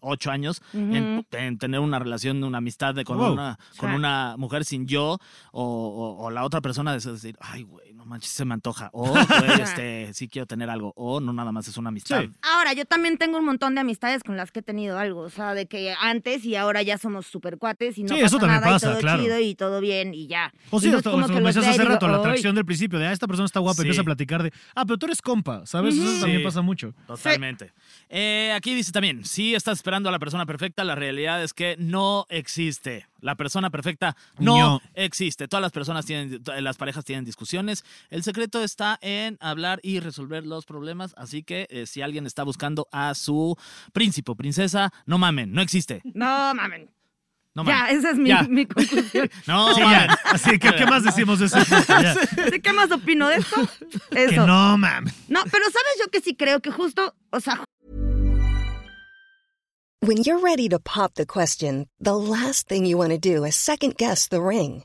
S2: ocho años en, en tener una relación, una amistad de, con,
S4: Wow.
S2: una, con
S3: Sí.
S2: una mujer sin yo o, o- o la otra persona es decir, ay, güey, no manches, se me antoja. O, güey, este, sí quiero tener algo. O no, nada más es una amistad.
S4: Sí.
S3: Ahora, yo también tengo un montón de amistades con las que he tenido algo, o sea, de que antes y ahora ya somos super cuates y no
S4: Sí,
S3: pasa
S4: eso también
S3: nada
S4: pasa,
S3: y todo
S4: claro.
S3: chido y todo bien y ya.
S4: O Pues sí,
S3: Y no
S4: o
S3: es
S4: sea, o
S3: como
S4: sea,
S3: que
S4: me
S3: los
S4: decías
S3: veo y
S4: hace
S3: digo,
S4: rato, la
S3: "Ay".
S4: atracción del principio, de, ah, esta persona está guapa,
S2: Sí.
S4: empieza a platicar de, ah, pero tú eres compa, ¿sabes? Eso
S2: Ujú.
S4: también
S2: Sí.
S4: pasa mucho.
S2: Totalmente. Eh, aquí dice también, si estás esperando a la persona perfecta, la realidad es que no existe. La persona perfecta no,
S4: No.
S2: existe. Todas las personas tienen, to- las parejas tienen discusiones. El secreto está en hablar y resolver los problemas. Así que eh, si alguien está buscando a su príncipe o princesa, no mamen, no existe.
S3: No, mamen.
S2: No
S3: ya,
S2: mamen.
S3: esa es mi,
S2: Ya.
S3: mi conclusión.
S2: No,
S4: Sí,
S2: mamen.
S4: ya. Así que, ¿qué más decimos de eso? Ya.
S3: Así, ¿Qué más opino de esto? Eso.
S4: Que no, mames.
S3: No, pero sabes yo que sí creo que justo, o sea,
S5: When you're ready to pop the question, the last thing you want to do is second guess the ring.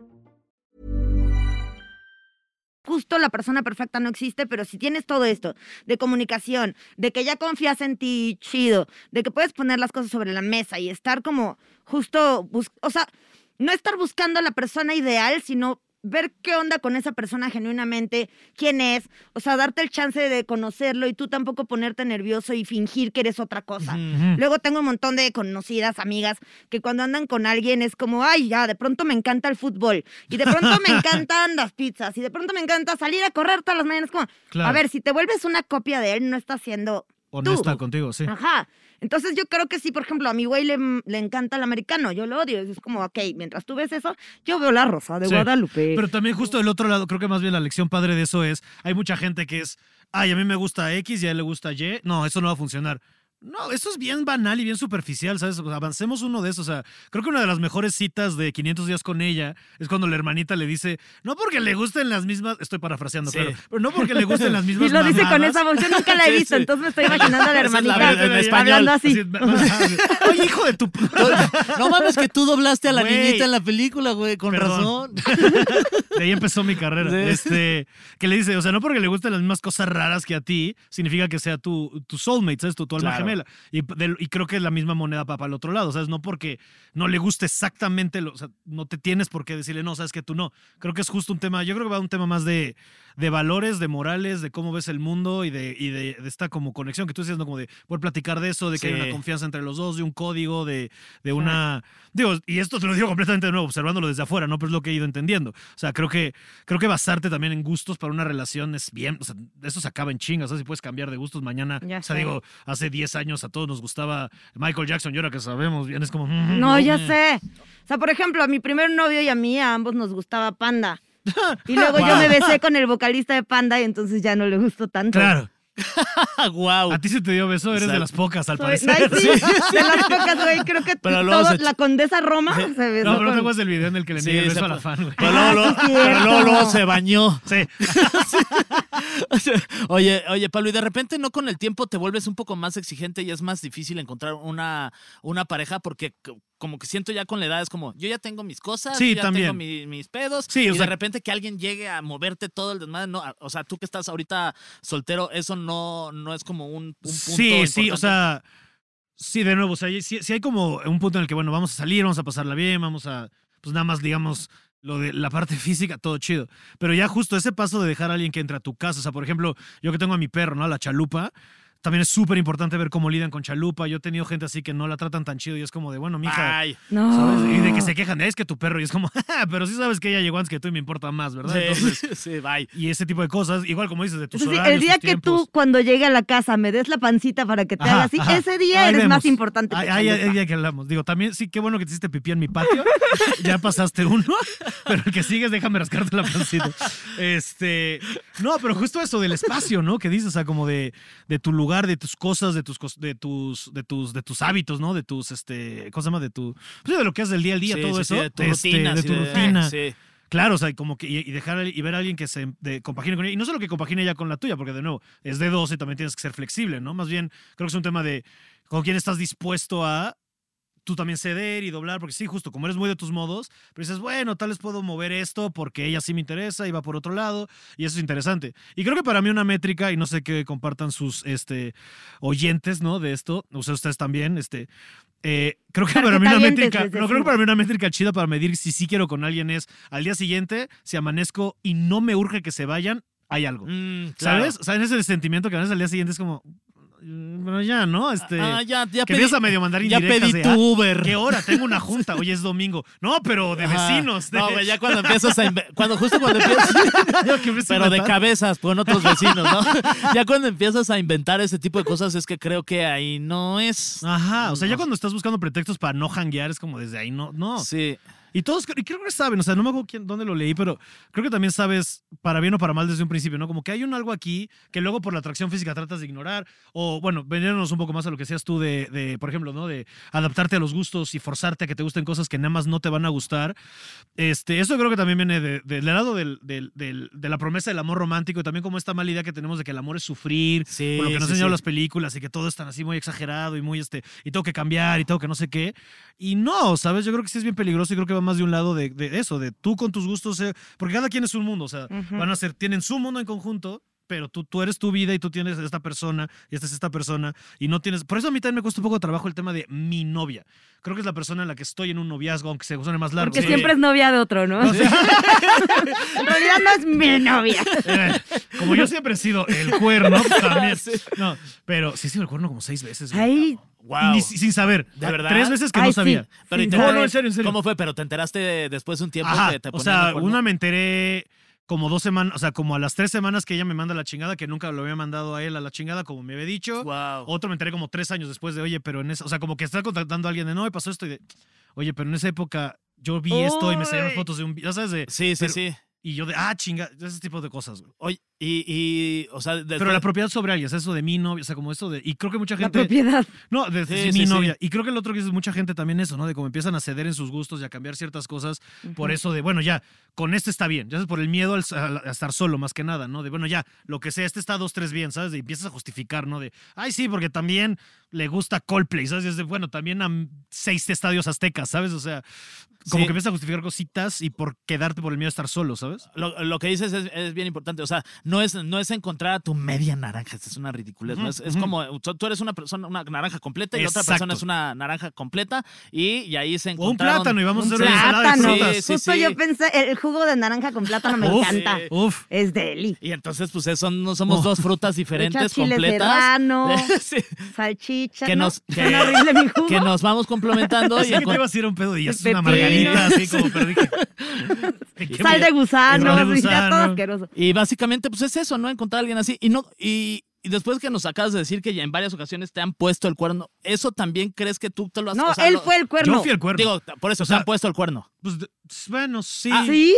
S3: Justo la persona perfecta no existe, pero si tienes todo esto de comunicación, de que ya confías en ti, chido, de que puedes poner las cosas sobre la mesa y estar como justo, bus- o sea, no estar buscando a la persona ideal, sino ver qué onda con esa persona genuinamente, quién es, o sea, darte el chance de conocerlo y tú tampoco ponerte nervioso y fingir que eres otra cosa. Luego tengo un montón de conocidas, amigas, que cuando andan con alguien es como, ay, ya, de pronto me encanta el fútbol, y de pronto me encantan las pizzas, y de pronto me encanta salir a correr todas las mañanas, como, a
S4: Claro.
S3: ver, si te vuelves una copia de él, no estás siendo
S4: Honesta
S3: tú.
S4: contigo, sí.
S3: Ajá. Entonces yo creo que sí, por ejemplo, a mi güey le, le encanta el americano, yo lo odio. Es como, ok, mientras tú ves eso, yo veo la rosa de
S4: Sí.
S3: Guadalupe.
S4: Pero también justo del otro lado, creo que más bien la lección padre de eso es, hay mucha gente que es, ay, a mí me gusta X y a él le gusta Y, no, eso no va a funcionar. No, eso es bien banal y bien superficial, ¿sabes? O sea, avancemos uno de esos. O sea, creo que una de las mejores citas de 500 días con ella es cuando la hermanita le dice, no porque le gusten las mismas, estoy parafraseando,
S2: Sí.
S4: claro, pero no porque le gusten las
S3: y
S4: mismas
S3: lo dice con
S4: mamadas".
S3: esa voz, yo nunca la
S2: Sí,
S3: he visto,
S2: sí.
S3: entonces me estoy imaginando a la
S2: Esa es la
S3: hermanita
S2: verdad, en español.
S3: hablando así.
S4: Oye, hijo de tu... p-".
S6: No mames, que tú doblaste a la
S4: Güey.
S6: niñita en la película, güey, con
S4: Perdón.
S6: razón.
S4: De ahí empezó mi carrera.
S6: Sí.
S4: Este, que le dice, o sea, no porque le gusten las mismas cosas raras que a ti, significa que sea tu, tu soulmate, ¿sabes? Tu, tu alma
S2: Claro.
S4: gemela. Y, del- y creo que es la misma moneda para, el otro lado, ¿sabes? No porque no le guste exactamente, lo, o sea, no te tienes por qué decirle, no, sabes que tú no. Creo que es justo un tema, yo creo que va un tema más de, de valores, de morales, de cómo ves el mundo y de, y de, de esta como conexión que tú estás ¿no? Como de poder platicar de eso, de que hay
S2: Sí.
S4: una confianza entre los dos, de un código, de, de una... Digo, y esto te lo digo completamente de nuevo, observándolo desde afuera, ¿no? Pero es lo que he ido entendiendo. O sea, creo que, creo que basarte también en gustos para una relación es bien, o sea, eso se acaba en chingas, o sea, si puedes cambiar de gustos mañana,
S3: Ya
S4: o sea,
S3: sé.
S4: digo, hace 10 años a todos nos gustaba Michael Jackson y ahora que sabemos bien es como... mm,
S3: No, ya sé. O sea, por ejemplo, a mi primer novio y a mí, a ambos nos gustaba Panda. Y luego yo me besé con el vocalista de Panda y entonces ya no le gustó tanto.
S4: Claro.
S2: ¡Wow!
S4: A ti se te dio beso, eres de
S2: Exacto.
S4: las pocas, al
S3: Soy-
S4: parecer.
S3: Ay, sí, de las pocas, güey, creo que
S2: Pero luego
S3: todos-
S2: se ch-
S3: la condesa Roma se besó
S4: No, pero no
S3: con-
S4: te acuerdas del video en el que le niega el beso a la fan, güey.
S2: Pero luego, luego-
S3: Ah, sí,
S2: pero luego, luego
S3: cierto.
S2: se bañó.
S4: Sí.
S2: oye, oye, Pablo, y de repente no con el tiempo te vuelves un poco más exigente y es más difícil encontrar una, una pareja porque c- como que siento ya con la edad es como, yo ya tengo mis cosas,
S4: Sí,
S2: yo ya
S4: también.
S2: tengo mi- mis pedos,
S4: Sí, o
S2: y
S4: sea-
S2: de repente que alguien llegue a moverte todo el desmadre, no, a- o sea, tú que estás ahorita soltero, eso no, no es como un, un punto
S4: Sí, sí, o
S2: importante.
S4: sea, sí, de nuevo, o sea, si, hay como un punto en el que, bueno, vamos a salir, vamos a pasarla bien, vamos a, pues nada más, digamos, lo de la parte física, todo chido. Pero ya justo ese paso de dejar a alguien que entre a tu casa, o sea, por ejemplo, yo que tengo a mi perro, ¿no? A la chalupa. También es súper importante ver cómo lidan con chalupa. Yo he tenido gente así que no la tratan tan chido y es como de, bueno, mija.
S2: Ay,
S3: No.
S4: ¿sabes? Y de que se quejan, es que tu perro, y es como, "Ja, pero sí sabes que ella llegó antes que tú y me importa más, ¿verdad? Entonces,
S2: sí, sí, bye.
S4: y ese tipo de cosas, igual como dices, de tus
S3: Eso Pues sí,
S4: horarios,
S3: el día
S4: tus
S3: que tú,
S4: tiempos.
S3: cuando llegue a la casa, me des la pancita para que te
S4: Ajá,
S3: haga así,
S4: ajá.
S3: ese día
S4: Ahí
S3: eres más
S4: vemos.
S3: importante. que
S4: Ahí- ahí-
S3: chalupa.
S4: ahí ya que hablamos. Digo, también sí, qué bueno que te hiciste pipí en mi patio. ya pasaste uno, pero el que sigues, déjame rascarte la pancita. Este, no, pero justo eso del espacio, ¿no? Que dices, o sea, como de, de tu lugar, de tus cosas, de tus, cos- de tus, de tus, de tus hábitos, ¿no? De tus, este, ¿cómo se llama? De tu, pues, de lo que haces del día al día,
S2: Sí,
S4: todo
S2: sí,
S4: eso.
S2: sí, de tu
S4: este,
S2: rutina.
S4: de
S2: sí,
S4: tu rutina.
S2: sí.
S4: Claro, o sea, y como que y, y dejar al- y ver a alguien que se de- compagine con ella. Y no solo que compagine ella con la tuya, porque de nuevo, es de dos y también tienes que ser flexible, ¿no? Más bien, creo que es un tema de con quién estás dispuesto a tú también ceder y doblar, porque sí, justo, como eres muy de tus modos, pero dices, bueno, tal vez puedo mover esto porque ella sí me interesa y va por otro lado, y eso es interesante. Y creo que para mí una métrica, y no sé qué compartan sus este, oyentes, ¿no? De esto, o sea, ustedes también, este, eh, creo que para mí una
S3: Tarjetavientes,
S4: métrica,
S3: les
S4: no, creo que
S3: decimos.
S4: para mí una métrica chida para medir si sí quiero con alguien es al día siguiente, si amanezco y no me urge que se vayan, hay algo.
S2: Mm, claro.
S4: ¿Sabes? O sea, en ese sentimiento que a veces al día siguiente es como, Bueno, ya, ¿no? Este,
S2: Ah, ya- ya
S4: querías
S2: pedí-
S4: a medio mandar
S2: ya
S4: indirectas
S2: pedí
S4: de,
S2: tu
S4: "Ah,
S2: Uber".
S4: ¿Qué hora? Tengo una junta. Hoy es domingo. No, pero de
S2: Ajá.
S4: vecinos. de-
S2: No, güey, ya cuando empiezas a. inve- Cuando, justo cuando empiezas.
S4: que empiezo a
S2: pero de
S4: inventar.
S2: cabezas con otros vecinos, ¿no? ya cuando empiezas a inventar ese tipo de cosas, es que creo que ahí no es.
S4: Ajá, o sea, ya cuando estás buscando pretextos para no hanguear, es como desde ahí, no, no.
S2: Sí.
S4: Y todos, cre- y creo que saben, o sea, no me acuerdo quién, dónde lo leí, pero creo que también sabes para bien o para mal desde un principio, ¿no? Como que hay un algo aquí que luego por la atracción física tratas de ignorar, o bueno, veniéndonos un poco más a lo que seas tú de, de, por ejemplo, ¿no? De adaptarte a los gustos y forzarte a que te gusten cosas que nada más no te van a gustar. Este, eso creo que también viene de- del lado del- del- del- de la promesa del amor romántico y también como esta mala idea que tenemos de que el amor es sufrir,
S2: Sí,
S4: por lo que nos
S2: sí,
S4: enseñan
S2: sí.
S4: las películas y que todo es tan así muy exagerado y muy este, y tengo que cambiar y tengo que no sé qué. Y no, ¿sabes? Yo creo que sí es bien peligroso y creo que va más de un lado de, de eso, de tú con tus gustos, eh, porque cada quien es un mundo, o sea, van a ser, tienen su mundo en conjunto. Pero tú, tú eres tu vida y tú tienes esta persona y esta es esta persona y no tienes... Por eso a mí también me cuesta un poco de trabajo el tema de mi novia. Creo que es la persona en la que estoy en un noviazgo, aunque se suene más largo.
S3: Porque
S4: Sí.
S3: siempre es novia de otro, ¿no? en realidad no es mi novia.
S4: Eh, como yo siempre he sido el cuerno, pues, también. No, pero sí he sido el cuerno como seis veces. güey.
S3: Ahí,
S2: Wow.
S4: Y ni si- sin saber.
S2: ¿De verdad?
S4: Tres veces que
S3: Ay,
S4: no
S3: sí.
S4: sabía.
S2: Pero ¿y te
S4: no, no, en
S2: enteraste-
S4: serio, en serio.
S2: ¿Cómo fue? Pero te enteraste después de un tiempo
S4: Ajá,
S2: que te
S4: o
S2: ponían
S4: sea,
S2: el cuerno?
S4: una me enteré como dos semanas, o sea, como a las tres semanas que ella me manda la chingada, que nunca lo había mandado a él a la chingada, como me había dicho.
S2: Guau.
S4: Otro me enteré como tres años después de, oye, pero en esa, o sea, como que está contactando a alguien de, no, me pasó esto y de, oye, pero en esa época yo vi esto y me salieron
S3: Uy.
S4: fotos de un, vi- ya sabes, de,
S2: Sí, sí,
S4: pero-
S2: sí.
S4: y yo de, ah, chinga, ese tipo de cosas, güey.
S2: Oye, y, y, o sea, después-
S4: Pero la propiedad sobre alguien, o sea, eso de mi novia, o sea, como eso de, y creo que mucha
S3: la
S4: gente...
S3: propiedad.
S4: No, de
S2: Sí,
S4: de
S2: sí,
S4: mi
S2: sí.
S4: novia. Y creo que el otro que es mucha gente también eso, ¿no? De cómo empiezan a ceder en sus gustos y a cambiar ciertas cosas. Por eso de, bueno, ya, con este está bien. Ya sabes, por el miedo al, al- a estar solo, más que nada, ¿no? De, bueno, ya, lo que sea, este está dos, tres bien, ¿sabes? Y empiezas a justificar, ¿no? De, ay, sí, porque también le gusta Coldplay, ¿sabes? Y es de, bueno, también a m- seis estadios aztecas, ¿sabes? O sea, como
S2: Sí.
S4: que empiezas a justificar cositas y por quedarte por el miedo a estar solo, ¿sabes?
S2: lo, lo que dices es, es bien importante. O sea, no es, no es encontrar a tu media naranja. Es una ridiculez. ¿no? Es, es como tú, tú eres una persona, una naranja completa y la otra
S4: Exacto.
S2: persona es una naranja completa. Y, y ahí se
S4: O un
S2: encontraron.
S4: plátano y vamos a
S3: Un
S4: hacer una ensalada de
S3: plátano.
S4: frutas.
S2: Sí, sí,
S3: Justo
S2: sí.
S3: yo pensé, el, el jugo de naranja con plátano me
S4: Uf,
S3: encanta.
S4: Uf.
S3: Es deli.
S2: Y entonces, pues, eso, no somos
S4: Oh.
S2: dos frutas diferentes,
S3: Muchas chiles
S2: completas.
S3: serrano.
S2: Sí.
S3: Salchicha.
S2: Que
S3: ¿no?
S2: nos- que-
S3: Suena horrible mi jugo.
S2: Que nos vamos complementando. y
S4: Pensé que te
S2: encon-
S4: ibas a ir a un pedo y ya es una
S3: Pepino.
S4: margarita, así como, pero dije, ¿qué
S3: Sal
S4: pedo?
S3: de gusano.
S4: Sal de
S3: sí, ya todo
S4: gusano.
S3: asqueroso.
S2: Y básicamente, pues es eso, ¿no? Encontrar a alguien así. Y no, y, y después que nos acabas de decir que ya en varias ocasiones te han puesto el cuerno, ¿eso también crees que tú te lo has
S3: No,
S2: o sea,
S3: él
S2: lo-
S3: fue el cuerno.
S4: Yo fui el cuerno.
S2: Digo, t- por eso
S4: O sea,
S2: te han puesto el cuerno.
S4: Pues, de- bueno, sí.
S3: Ah, sí,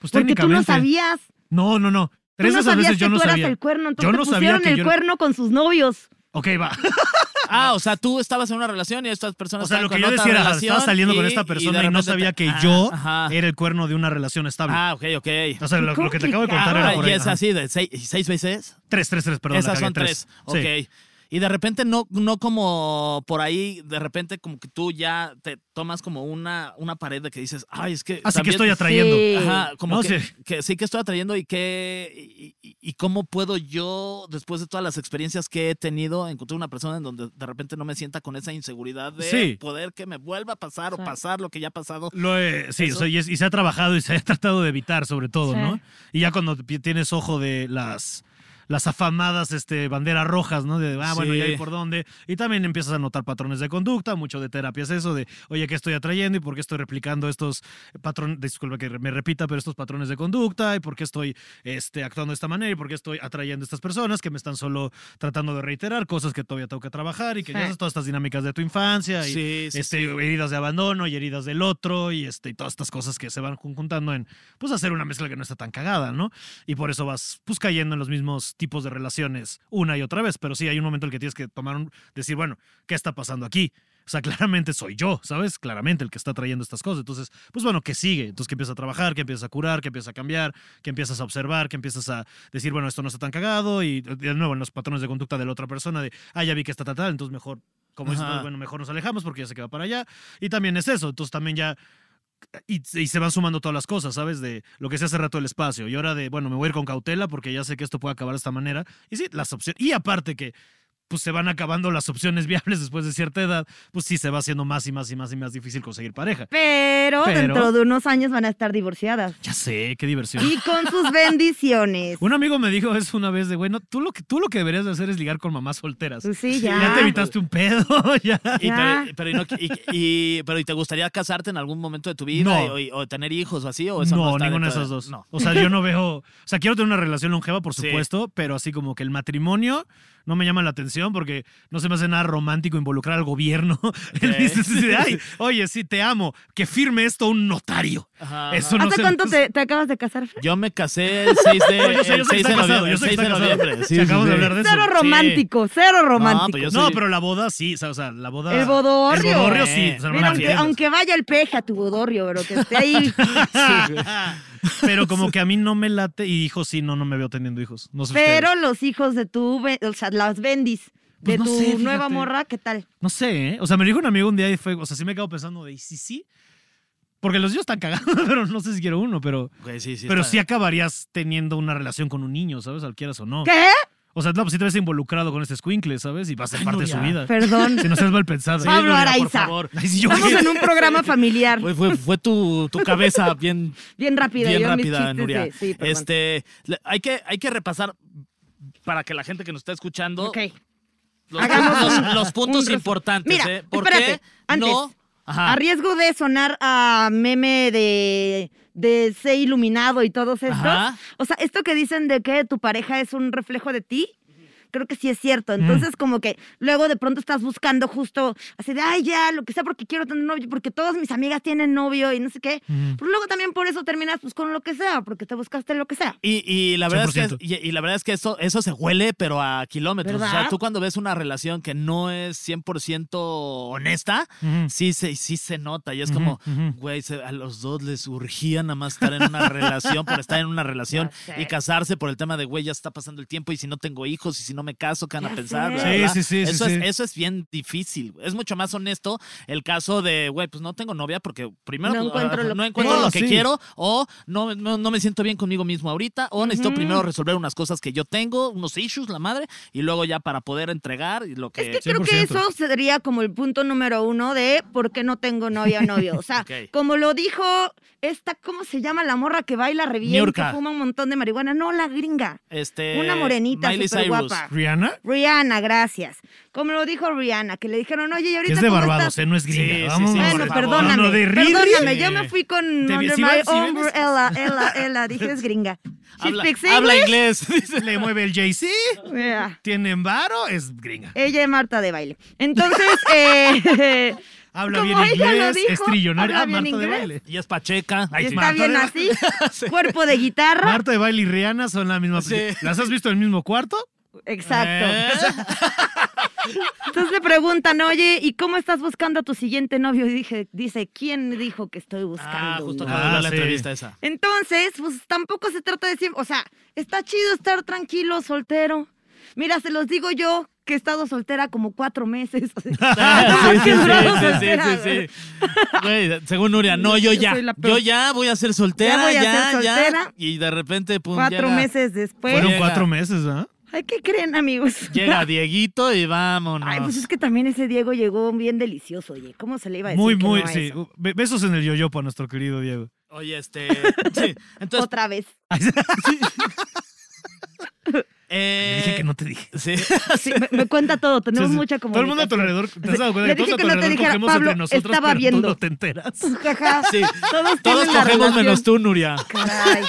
S4: Pues
S3: porque tú no
S4: técnicamente.
S3: sabías.
S4: No, no, no.
S3: Tú no
S4: Tres de esas
S3: sabías
S4: veces
S3: que
S4: yo no
S3: tú
S4: sabía.
S3: eras el cuerno, entonces
S4: yo no
S3: te
S4: sabía
S3: pusieron
S4: que
S3: el
S4: yo era-
S3: cuerno con sus novios.
S4: Ok, va.
S2: Ah, o sea, tú estabas en una relación y estas personas
S4: O sea,
S2: estaban
S4: lo que
S2: con
S4: yo
S2: otra
S4: decía era,
S2: relación
S4: estaba saliendo con
S2: y-
S4: esta
S2: y de
S4: persona y, no
S2: repente
S4: sabía
S2: te-
S4: que
S2: Ah,
S4: yo
S2: ajá.
S4: era el cuerno de una relación estable.
S2: Ah, ok, ok.
S4: o sea, lo, lo que te acabo de contar
S2: Ah,
S4: era por
S2: y
S4: ahí.
S2: es
S4: ajá.
S2: así de seis, seis veces.
S4: Tres, tres, tres, perdón. la
S2: Esas
S4: cagué,
S2: son tres.
S4: Sí.
S2: Ok. Y de repente no, no como por ahí, de repente como que tú ya te tomas como una, una pared de que dices, ay, es que...
S4: Así Ah, que
S2: también-
S4: estoy atrayendo.
S3: Sí.
S2: Ajá, como
S4: Eh, No,
S2: que,
S4: sí.
S2: que sí que estoy atrayendo y que y, y- y cómo puedo yo, después de todas las experiencias que he tenido, encontrar una persona en donde de repente no me sienta con esa inseguridad de
S4: Sí.
S2: poder que me vuelva a pasar o pasar lo que ya ha pasado.
S4: Lo, he- sí,
S2: Eso.
S4: o sea, y, es- y se ha trabajado y se ha tratado de evitar, sobre todo,
S3: Sí.
S4: ¿no? Y ya cuando pi- tienes ojo de las las afamadas este, banderas rojas, ¿no? De, ah, bueno,
S2: Sí.
S4: ya hay por dónde. Y también empiezas a notar patrones de conducta, mucho de terapia es eso, de, oye, ¿qué estoy atrayendo? ¿Y por qué estoy replicando estos patrones? Disculpa que me repita, pero estos patrones de conducta, ¿y por qué estoy este, actuando de esta manera? ¿Y por qué estoy atrayendo a estas personas que me están solo tratando de reiterar cosas que todavía tengo que trabajar y que ya
S3: Sí.
S4: sabes todas estas dinámicas de tu infancia y
S2: Sí, sí,
S4: este, heridas de abandono y heridas del otro y este y todas estas cosas que se van jun- juntando en pues hacer una mezcla que no está tan cagada, ¿no? Y por eso vas pues cayendo en los mismos tipos de relaciones una y otra vez, pero sí hay un momento en el que tienes que tomar un decir, bueno, ¿qué está pasando aquí? O sea, claramente soy yo, ¿sabes? Claramente el que está trayendo estas cosas. Entonces, pues bueno, que sigue. Entonces, que empiezas a trabajar, que empiezas a curar, que empiezas a cambiar, que empiezas a observar, que empiezas a decir, bueno, esto no está tan cagado. Y de nuevo, en los patrones de conducta de la otra persona, de, ah, ya vi que está tal, tal, entonces mejor, como dices,
S2: Ajá.
S4: tú, bueno, mejor nos alejamos porque ya se queda para allá. Y también es eso. Entonces, también ya y, y se van sumando todas las cosas, ¿sabes? De lo que se hace rato el espacio. Y ahora de, bueno, me voy a ir con cautela porque ya sé que esto puede acabar de esta manera. Y sí, las opciones. Y aparte que pues se van acabando las opciones viables después de cierta edad, pues sí se va haciendo más y más y más y más difícil conseguir pareja.
S3: Pero,
S4: Pero-
S3: dentro de unos años van a estar divorciadas.
S4: Ya sé, qué diversión.
S3: Y con sus bendiciones.
S4: Un amigo me dijo eso una vez de, bueno, tú lo que tú lo que deberías de hacer es ligar con mamás solteras.
S3: Pues sí, ya.
S4: te evitaste un pedo, ya.
S2: Y
S3: Ya.
S2: te, pero, y no- y- y- pero ¿y te gustaría casarte en algún momento de tu vida?
S4: No.
S2: Y- O, o tener hijos o así? O eso no,
S4: no,
S2: está
S4: ninguna de
S2: dentro
S4: esas dos.
S2: No.
S4: O sea, yo no veo. O sea, quiero tener una relación longeva, por
S2: Sí.
S4: supuesto, pero así como que el matrimonio no me llama la atención porque no se me hace nada romántico involucrar al gobierno en mis necesidades. Ay, oye, sí, te amo. Que firme esto un notario.
S2: Ajá,
S4: Eso no pues
S3: ¿Hace
S4: se me
S3: cuánto
S4: hace-
S3: te, te acabas de casar, Fer?
S2: Yo me casé el 6 de,
S4: No, yo sé, yo
S2: el 6
S4: sé que
S2: de
S4: está casado,
S2: noviembre.
S4: yo
S2: El
S4: sé
S2: 6
S4: que
S2: de
S4: está casado.
S2: noviembre.
S4: Sí, acabamos de hablar de eso.
S3: Cero
S4: Sí.
S3: romántico, cero romántico.
S2: pues yo
S4: No,
S2: soy-
S4: pero la boda sí, o sea, o sea, la boda.
S3: El bodorrio.
S4: El bodorrio sí. pues, o
S3: Mira,
S4: sea, no me
S3: aunque,
S4: entiendes.
S3: aunque vaya el peje a tu bodorrio, pero que esté ahí.
S4: Pero como que a mí no me late y hijos sí, no, no me veo teniendo hijos. No sé ustedes.
S3: pero los hijos de tu, be- o sea, las bendis
S4: Pues
S3: de
S4: no
S3: tu
S4: sé, fíjate.
S3: nueva morra, ¿qué tal?
S4: No sé, ¿eh? O sea, me dijo un amigo un día y fue, o sea, sí me quedo pensando de, ¿y si sí? Porque los niños están cagados, pero no sé si quiero uno, pero...
S2: Güey, sí, sí,
S4: pero
S2: está-
S4: sí acabarías teniendo una relación con un niño, ¿sabes? Al quieras o no.
S3: ¿Qué?
S4: O sea, no, pues si te ves involucrado con este escuincle, ¿sabes? Y va a ser parte de su vida.
S3: Perdón.
S4: Si no seas mal pensado.
S3: Pablo
S4: Nuria, por
S3: Araiza.
S4: favor. Ay, sí, Pues, yo
S3: Estamos en
S4: qué-
S3: un programa familiar.
S2: Fue, fue- fue tu, tu cabeza bien,
S3: Bien rápida,
S2: bien
S3: yo en mis
S2: rápida,
S3: chistes
S2: Nuria.
S3: de- sí, perdón.
S2: este, le- hay, que, hay que repasar para que la gente que nos está escuchando
S3: Ok.
S2: los,
S3: Hagamos
S2: los- los puntos
S3: resumen.
S2: importantes.
S3: Mira,
S2: ¿eh? ¿Por
S3: espérate,
S2: qué
S3: antes,
S2: no? Ajá.
S3: A riesgo de sonar a meme de, de sé iluminado y todos estos.
S2: Ajá.
S3: O sea, esto que dicen de que tu pareja es un reflejo de ti. Creo que sí es cierto.
S2: Mm.
S3: Entonces, como que luego de pronto estás buscando justo así de, ay, ya, lo que sea, porque quiero tener novio, porque todas mis amigas tienen novio y no sé qué. Pero luego también por eso terminas pues, con lo que sea, porque te buscaste lo que sea.
S2: Y, y la verdad es
S4: 100%.
S2: que, y, y la verdad es que eso, eso se huele, pero a kilómetros. O sea,
S3: ¿Verdad?
S2: tú cuando ves una relación que no es 100% honesta, sí, se, sí se nota. Y es como, güey, se- a los dos les urgía nada más estar en una relación, por estar en una relación
S3: Ya sé.
S2: y casarse por el tema de, güey, ya está pasando el tiempo y si no tengo hijos y si no me caso, ¿qué van a
S3: Ya
S2: pensar? Bla,
S3: sé. Sí,
S2: bla, bla.
S4: sí, sí, sí,
S2: Eso,
S4: sí.
S2: Es, eso es bien difícil. güey. Es mucho más honesto el caso de, güey, pues no tengo novia porque primero
S3: No
S2: pues,
S3: encuentro lo
S2: no
S3: que
S2: encuentro
S3: quiero.
S2: lo que
S4: Sí.
S2: quiero o no, no- no me siento bien conmigo mismo ahorita, o necesito primero resolver unas cosas que yo tengo, unos issues, la madre, y luego ya para poder entregar y lo que...
S3: Es que creo que
S4: 100%.
S3: eso sería como el punto número uno de por qué no tengo novia o novio. O sea,
S2: Ok.
S3: como lo dijo esta, ¿cómo se llama la morra que baila re bien,
S2: Niurka.
S3: que fuma un montón de marihuana? No, la gringa.
S2: Este,
S3: Una morenita
S2: Miley
S3: súper
S2: Cyrus.
S3: guapa.
S4: ¿Rihanna?
S3: Rihanna, gracias. Como lo dijo Rihanna, que le dijeron, oye, y
S4: Que
S3: ahorita
S4: es de
S3: cómo
S4: Barbados,
S3: estás?"
S4: ¿eh? No es gringa.
S2: Sí, sí,
S4: Vamos,
S2: sí,
S4: por
S3: Bueno,
S4: favor.
S3: perdóname,
S4: No, de Riri.
S3: perdóname, yo me fui con
S4: Te vi-
S3: Under
S4: si
S3: My
S4: ves- si ves-
S3: Umbrella, Ella, Ella, dije es gringa. She
S2: Habla,
S3: speaks
S2: habla
S3: English.
S2: inglés. Ah,
S4: Le mueve el Jay-Z,
S3: Yeah.
S4: tiene embaro, es gringa.
S3: Ella es Marta de baile. Entonces, eh,
S4: Habla
S3: como
S4: bien
S3: ella
S4: inglés,
S3: lo dijo,
S4: es trillonaria.
S3: habla
S4: Ah,
S3: bien
S4: Marta de
S3: inglés.
S4: baile.
S2: y es Pacheca. Ay,
S3: Y
S2: sí.
S3: está
S4: Marta
S3: bien
S4: de-
S3: así. Cuerpo de guitarra.
S4: Marta de baile y Rihanna son la misma.
S2: Sí.
S4: ¿Las has visto en el mismo cuarto?
S3: Exacto.
S2: Eh,
S3: Entonces le preguntan, oye, ¿y cómo estás buscando a tu siguiente novio? Y dije, dice, ¿quién dijo que estoy buscando?
S2: Ah,
S3: un
S2: justo
S3: novio?
S2: acabo de ver
S4: Ah,
S2: la
S4: sí.
S2: entrevista esa.
S3: Entonces, pues tampoco se trata de siempre. O sea, está chido estar tranquilo, soltero. Mira, se los digo yo que he estado soltera como cuatro meses.
S2: Sí, sí, sí,
S3: Duramos
S2: sí, sí,
S3: soltera,
S2: sí, sí. Güey, según Nuria, no, yo
S3: Yo
S2: ya.
S3: soy la peor.
S2: Yo ya voy a ser soltera, ya,
S3: Ya voy a
S2: ya.
S3: ser soltera.
S2: Y de repente, pum,
S3: Cuatro
S2: llega-
S3: meses después.
S4: Fueron
S2: Llega.
S4: cuatro meses, ¿ah?
S3: Ay, ¿qué creen, amigos?
S2: Llega Dieguito y vámonos.
S3: Ay, pues es que también ese Diego llegó bien delicioso, oye. ¿Cómo se le iba a decir?
S4: Muy,
S3: que
S4: muy,
S3: no a
S4: sí.
S3: eso?
S4: Be- Besos en el yoyopo a nuestro querido Diego.
S2: Oye, este. Sí. Entonces,
S3: Otra vez.
S4: Te
S2: eh,
S4: dije que no te dije.
S2: Sí.
S3: Sí, me, me cuenta todo, tenemos
S4: Entonces,
S3: mucha
S4: Todo el
S3: comunicación.
S4: mundo a tu alrededor, ¿te has dado
S3: Le
S4: cuenta que todos
S3: dije
S4: a
S3: que
S4: tu
S3: no te dijera,
S4: alrededor cogemos
S3: Pablo,
S4: entre nosotros,
S3: estaba
S4: pero
S3: viendo.
S4: tú no te enteras?
S3: Jaja.
S2: Sí. Todos
S3: Todos, tienen la
S2: cogemos
S3: relación.
S2: menos tú, Nuria.
S3: Caray.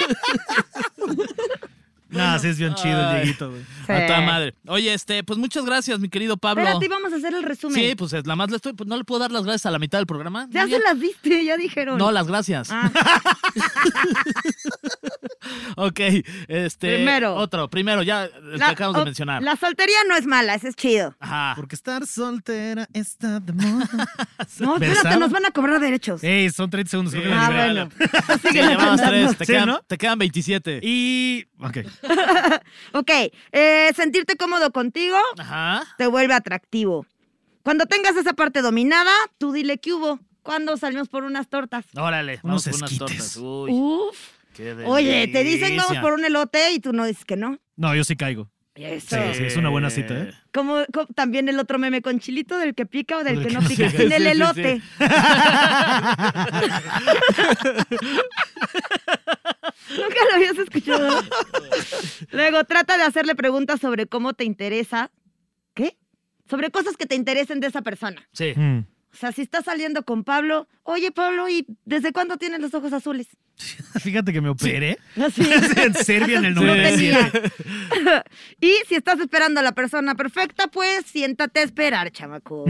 S4: Nah, sí es bien chido el
S2: Ay.
S4: Dieguito, güey.
S2: A toda madre. Oye, este, pues muchas gracias, mi querido Pablo.
S3: Espérate, vamos a hacer el resumen.
S2: Sí, pues es- la más le estoy, pues no le puedo dar las gracias a la mitad del programa.
S3: ya
S2: Nuria.
S3: se las diste, ya dijeron.
S2: No, las gracias.
S3: Ah,
S2: Ok, este.
S3: Primero.
S2: Otro, primero, ya el que acabamos
S3: o-
S2: de mencionar.
S3: La soltería no es mala, eso es chido.
S4: Ah,
S2: Ajá.
S4: Porque estar soltera está de moda.
S3: No, espérate,
S4: ¿Versado?
S3: nos van a cobrar derechos.
S4: Ey, son 30 segundos. creo que
S2: Sí,
S4: la
S3: ah,
S4: liberé.
S3: bueno.
S2: Sí,
S3: Síguela
S2: llevabas
S3: contando.
S2: tres, te,
S4: Sí,
S2: quedan,
S4: ¿no?
S2: te quedan 27.
S4: Y. Ok.
S3: Ok, eh, sentirte cómodo contigo
S2: Ajá.
S3: te vuelve atractivo. Cuando tengas esa parte dominada, tú dile que hubo. Cuando salimos por unas tortas.
S2: Órale, vamos
S4: Unos
S2: por unas
S4: esquites.
S2: tortas. Uy,
S3: Uf.
S2: qué
S3: Oye, te dicen
S2: delicia.
S3: vamos por un elote y tú no dices que no.
S4: No, yo sí caigo.
S3: Eso.
S4: Sí, sí, es una buena cita, ¿eh?
S3: Como, co- también el otro meme con chilito del que pica o del,
S4: Del
S3: que
S4: que
S3: no
S4: no
S3: pica.
S4: pica.
S3: En el
S6: Sí, sí, sí.
S3: elote. Nunca lo habías escuchado. Luego, trata de hacerle preguntas sobre cómo te interesa. ¿Qué? Sobre cosas que te interesen de esa persona.
S2: Sí.
S4: Mm.
S3: O sea, si estás saliendo con Pablo, oye Pablo, ¿y desde cuándo tienes los ojos azules?
S4: Fíjate que me operé
S3: Así.
S4: en Serbia en el
S3: No
S4: 97.
S3: tenía. y si estás esperando a la persona perfecta, pues siéntate a esperar, chamaco.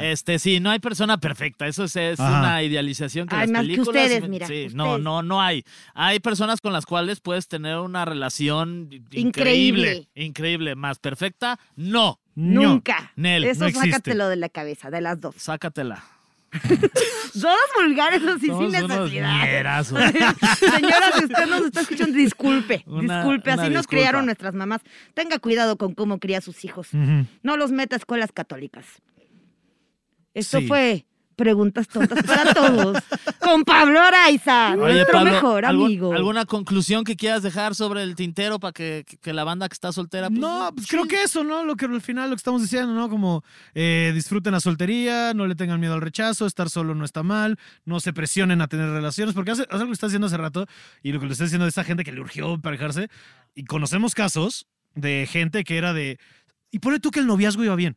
S2: Este, sí, no hay persona perfecta. Eso es, es
S4: Ajá.
S2: una idealización que
S3: Ay,
S2: las
S3: más que
S2: películas.
S3: ustedes, mira,
S2: Sí,
S3: ustedes.
S2: no, no, no hay. Hay personas con las cuales puedes tener una relación
S3: Increíble.
S2: increíble. Increíble. Más perfecta, no.
S4: No.
S3: Nunca.
S2: Nel,
S3: Eso
S4: no existe.
S3: sácatelo de la cabeza, de las dos.
S2: Sácatela.
S3: Dos vulgares así
S2: Somos
S3: sin
S2: unos
S3: necesidad.
S2: ñerazos.
S3: Señora, si usted nos está escuchando, disculpe,
S2: Una-
S3: disculpe, así
S2: una
S3: nos
S2: disculpa.
S3: criaron nuestras mamás. Tenga cuidado con cómo cría a sus hijos.
S4: Ujú.
S3: No los meta a escuelas católicas. Esto
S4: Sí.
S3: fue preguntas tontas para todos con Pablo Araiza, nuestro mejor
S2: ¿algún-
S3: amigo.
S2: ¿alguna conclusión que quieras dejar sobre el tintero para que, que la banda que está soltera? pues,
S4: No, pues creo
S2: sí.
S4: que eso, ¿no? Lo que al final lo que estamos diciendo, ¿no? Como eh, disfruten la soltería, no le tengan miedo al rechazo, estar solo no está mal, no se presionen a tener relaciones, porque hace, hace algo que está haciendo hace rato y lo que le está diciendo de esa gente que le urgió emparejarse. Y conocemos casos de gente que era de. Y pone tú que el noviazgo iba bien.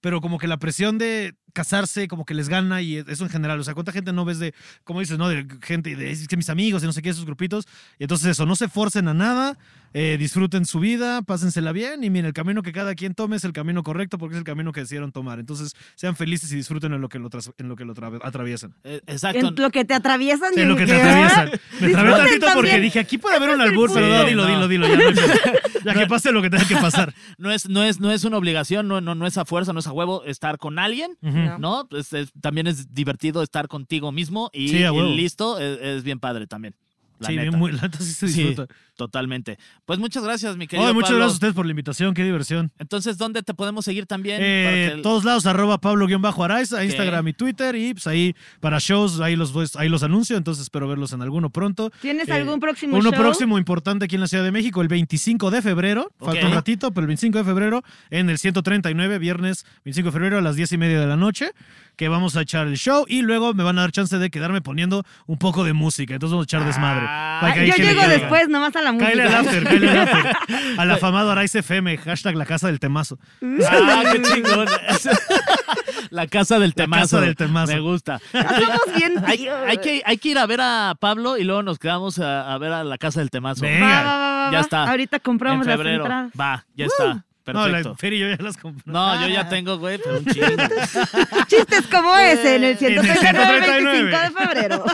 S4: Pero como que la presión de casarse, como que les gana y eso en general. O sea, ¿cuánta gente no ves de, como dices, no? De gente, de "Es que mis amigos y no sé qué, esos grupitos. Y entonces eso, no se forcen a nada, eh, disfruten su vida, pásensela bien y miren, el camino que cada quien tome es el camino correcto porque es el camino que decidieron tomar. Entonces sean felices y disfruten en lo que lo, tras- en lo, que lo tra- atraviesan.
S2: Eh, exacto.
S3: En lo que te atraviesan.
S4: En lo que te
S3: ¿qué?
S4: atraviesan. Me trabé
S3: Disfruten
S4: tantito porque
S3: también.
S4: dije, aquí puede haber un
S3: es el
S4: albur, pero
S2: punto.
S4: no, dilo,
S2: Sí,
S4: dilo,
S2: no.
S4: dilo. Ya, no hay pedo. Ya que pase lo que tenga que pasar.
S2: No es, no es, no es una obligación, no, no, no es a fuerza, no es a huevo estar con alguien,
S3: No.
S2: ¿no? Pues, es- también es divertido estar contigo mismo y,
S4: Sí, a
S2: y
S4: huevo.
S2: listo, es, es bien padre también. La
S4: sí,
S2: neta.
S4: bien, muy, la neta sí se
S2: Sí,
S4: disfruta.
S2: totalmente. Pues muchas gracias, mi querido.
S4: Ay, muchas
S2: Pablo.
S4: gracias a ustedes por la invitación, qué diversión.
S2: Entonces, ¿dónde te podemos seguir también?
S4: Eh,
S2: Para que-
S4: Todos lados, arroba Pablo-Araiza, Instagram y Twitter. Y pues ahí para shows, ahí los, voy- ahí los anuncio, entonces espero verlos en alguno pronto.
S2: Eh,
S4: Eh,
S3: ¿Tienes algún próximo
S4: Uno
S3: show?
S4: próximo importante aquí en la Ciudad de México, el 25 de febrero. Falta un
S2: Ok.
S4: ratito, pero el 25 de febrero en el 139, viernes 25 de febrero a las 10 y media de la noche, que vamos a echar el show y luego me van a dar chance de quedarme poniendo un poco de música. Entonces vamos a echar desmadre. Para
S3: Ay,
S4: que
S3: Ah.
S4: ahí
S3: Yo
S4: quede
S3: llego
S4: que-
S3: después nomás a la música.
S4: Kyle el after, Kyle el after. Al afamado Araiz FM, hashtag la casa del temazo.
S2: Ah, qué chingón. La casa del
S4: La
S2: temazo.
S4: casa del temazo.
S2: Me gusta.
S3: Estamos Ah, bien.
S2: Hay,
S3: tío.
S2: hay que, hay que ir a ver a Pablo y luego nos quedamos a, a ver a la casa del temazo.
S4: Venga.
S3: Va, va, va, va,
S2: Ya
S3: va.
S2: está.
S3: Ahorita compramos
S2: en
S3: las
S2: febrero.
S3: entradas.
S2: Va, ya está.
S4: No, la
S2: Perfecto.
S4: Fer y yo ya las compré.
S2: No, yo
S3: Ah.
S2: ya tengo, güey, pero un chingo.
S3: Chistes como
S2: Eh,
S3: ese en el
S4: En el
S3: 139, 25 de
S4: 139.
S3: febrero.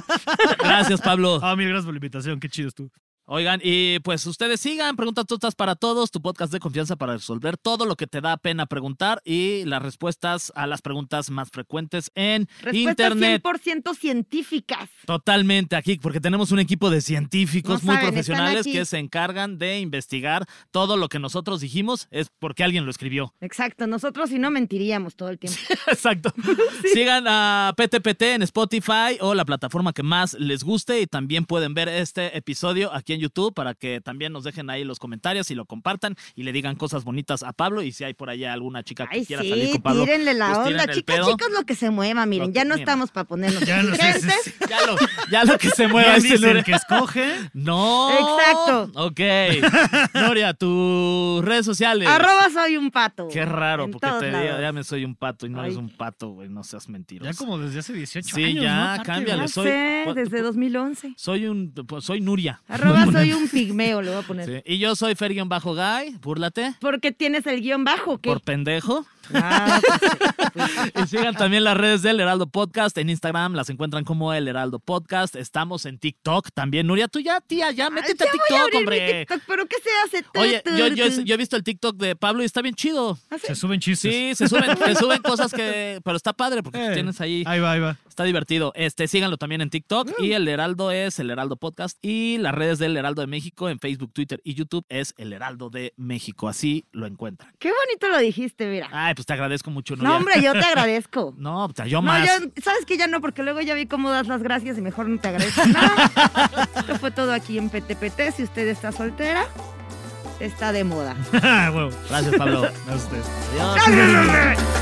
S2: Gracias, Pablo.
S4: Ah, mil gracias por la invitación, qué chido tú.
S2: Oigan, y pues ustedes sigan Preguntas Totas para Todos, tu podcast de confianza para resolver todo lo que te da pena preguntar y las respuestas a las preguntas más frecuentes en
S3: Respuestas
S2: Internet.
S3: 100% científicas.
S2: Totalmente aquí, porque tenemos un equipo de científicos
S3: No
S2: muy
S3: saben, están
S2: profesionales
S3: aquí.
S2: que se encargan de investigar todo lo que nosotros dijimos es porque alguien lo escribió.
S3: Exacto, nosotros si no mentiríamos todo el tiempo.
S2: Exacto. Sigan a PTPT en Spotify o la plataforma que más les guste y también pueden ver este episodio aquí en YouTube para que también nos dejen ahí los comentarios y lo compartan y le digan cosas bonitas a Pablo y si hay por allá alguna chica que
S3: Ay,
S2: quiera salir
S3: sí,
S2: con Pablo.
S3: tírenle la
S2: pues
S3: onda.
S2: tírenle el
S3: Chicas,
S2: pedo.
S3: chicos, lo que se mueva, miren,
S2: Lo que-
S3: ya no
S2: mira.
S3: estamos para ponernos
S4: Ya no sé. sí,
S3: diferentes.
S4: sí.
S2: Ya lo, ya lo que se mueva
S4: Bien
S2: este
S4: dice el
S2: lunes.
S4: que escoge.
S2: No.
S3: Exacto.
S2: Ok. Gloria, tus redes sociales.
S3: Arroba soy un pato.
S2: Qué raro,
S3: En
S2: porque
S3: todos
S2: te
S3: lados.
S2: digo, ya me soy un pato y no
S3: Ay.
S2: eres un pato, güey. No seas mentiroso.
S4: Ya como desde hace 18
S2: Sí,
S4: años.
S2: ya,
S4: ¿no? Ah, Aparte,
S2: cámbiale.
S3: No
S4: ¿verdad?
S2: soy-
S3: sé,
S2: ¿cuánto-
S3: desde 2011.
S2: Soy un. pues, Soy Nuria.
S3: Arroba soy un pigmeo, lo voy a poner.
S2: Sí. Y yo soy Fergion Bajo Guy. Búrlate.
S3: Porque tienes el guión bajo, ¿qué?
S2: Por pendejo.
S3: Ah,
S2: Y sigan también las redes del Heraldo Podcast. En Instagram las encuentran como El Heraldo Podcast. Estamos en TikTok también. Nuria, tú ya, tía, ya métete
S3: ya
S2: a
S3: voy a
S2: TikTok,
S3: abrir mi
S2: hombre.
S3: TikTok, pero ¿qué se hace? Tur,
S2: Oye, yo,
S3: tur,
S2: yo,
S3: tur.
S2: yo he visto el TikTok de Pablo y está bien chido.
S4: Se suben chistes.
S2: Sí, se suben, se suben cosas que. Pero está padre porque
S4: Eh,
S2: tienes ahí.
S4: Ahí va, ahí va.
S2: Está divertido. Este, síganlo también en TikTok. Y el Heraldo es el Heraldo Podcast. Y las redes del Heraldo de México en Facebook, Twitter y YouTube es el Heraldo de México. Así lo encuentran.
S3: Qué bonito lo dijiste, mira.
S2: Ay, pues te agradezco mucho, Nuria.
S3: no, hombre, yo te agradezco.
S2: No, pues, yo
S3: No,
S2: más.
S3: ya, sabes que ya no, porque luego ya vi cómo das las gracias y mejor no te agradezco nada. Esto fue todo aquí en PTPT. Si usted está soltera, está de moda.
S4: Huevo.
S2: Gracias, Pablo.
S4: A ustedes.
S2: Adiós.